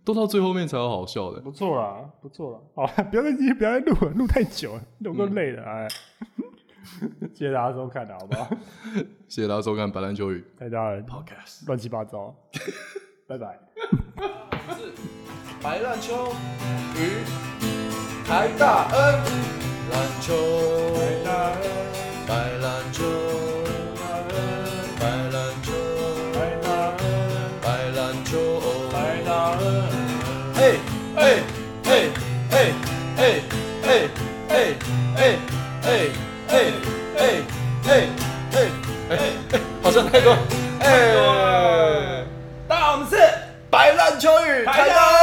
Speaker 1: 都到最后面才有好笑的。
Speaker 3: 不错啦，不错啦。好了，不要再继续不要再录了，录太久了，录够累了。哎，谢谢大家收看的好不好？
Speaker 1: 谢谢大家收看《白兰秋雨
Speaker 3: 太大了，》
Speaker 1: Podcast。
Speaker 3: 乱七八糟，拜拜。
Speaker 1: 白兰秋雨，台大恩，篮球，白兰秋，白兰秋，白兰秋，嘿，嘿，嘿，嘿，嘿，嘿，嘿，嘿，嘿，嘿，嘿，嘿，嘿，嘿，好像太多，哎，大家好，我们是白兰秋雨，台大恩。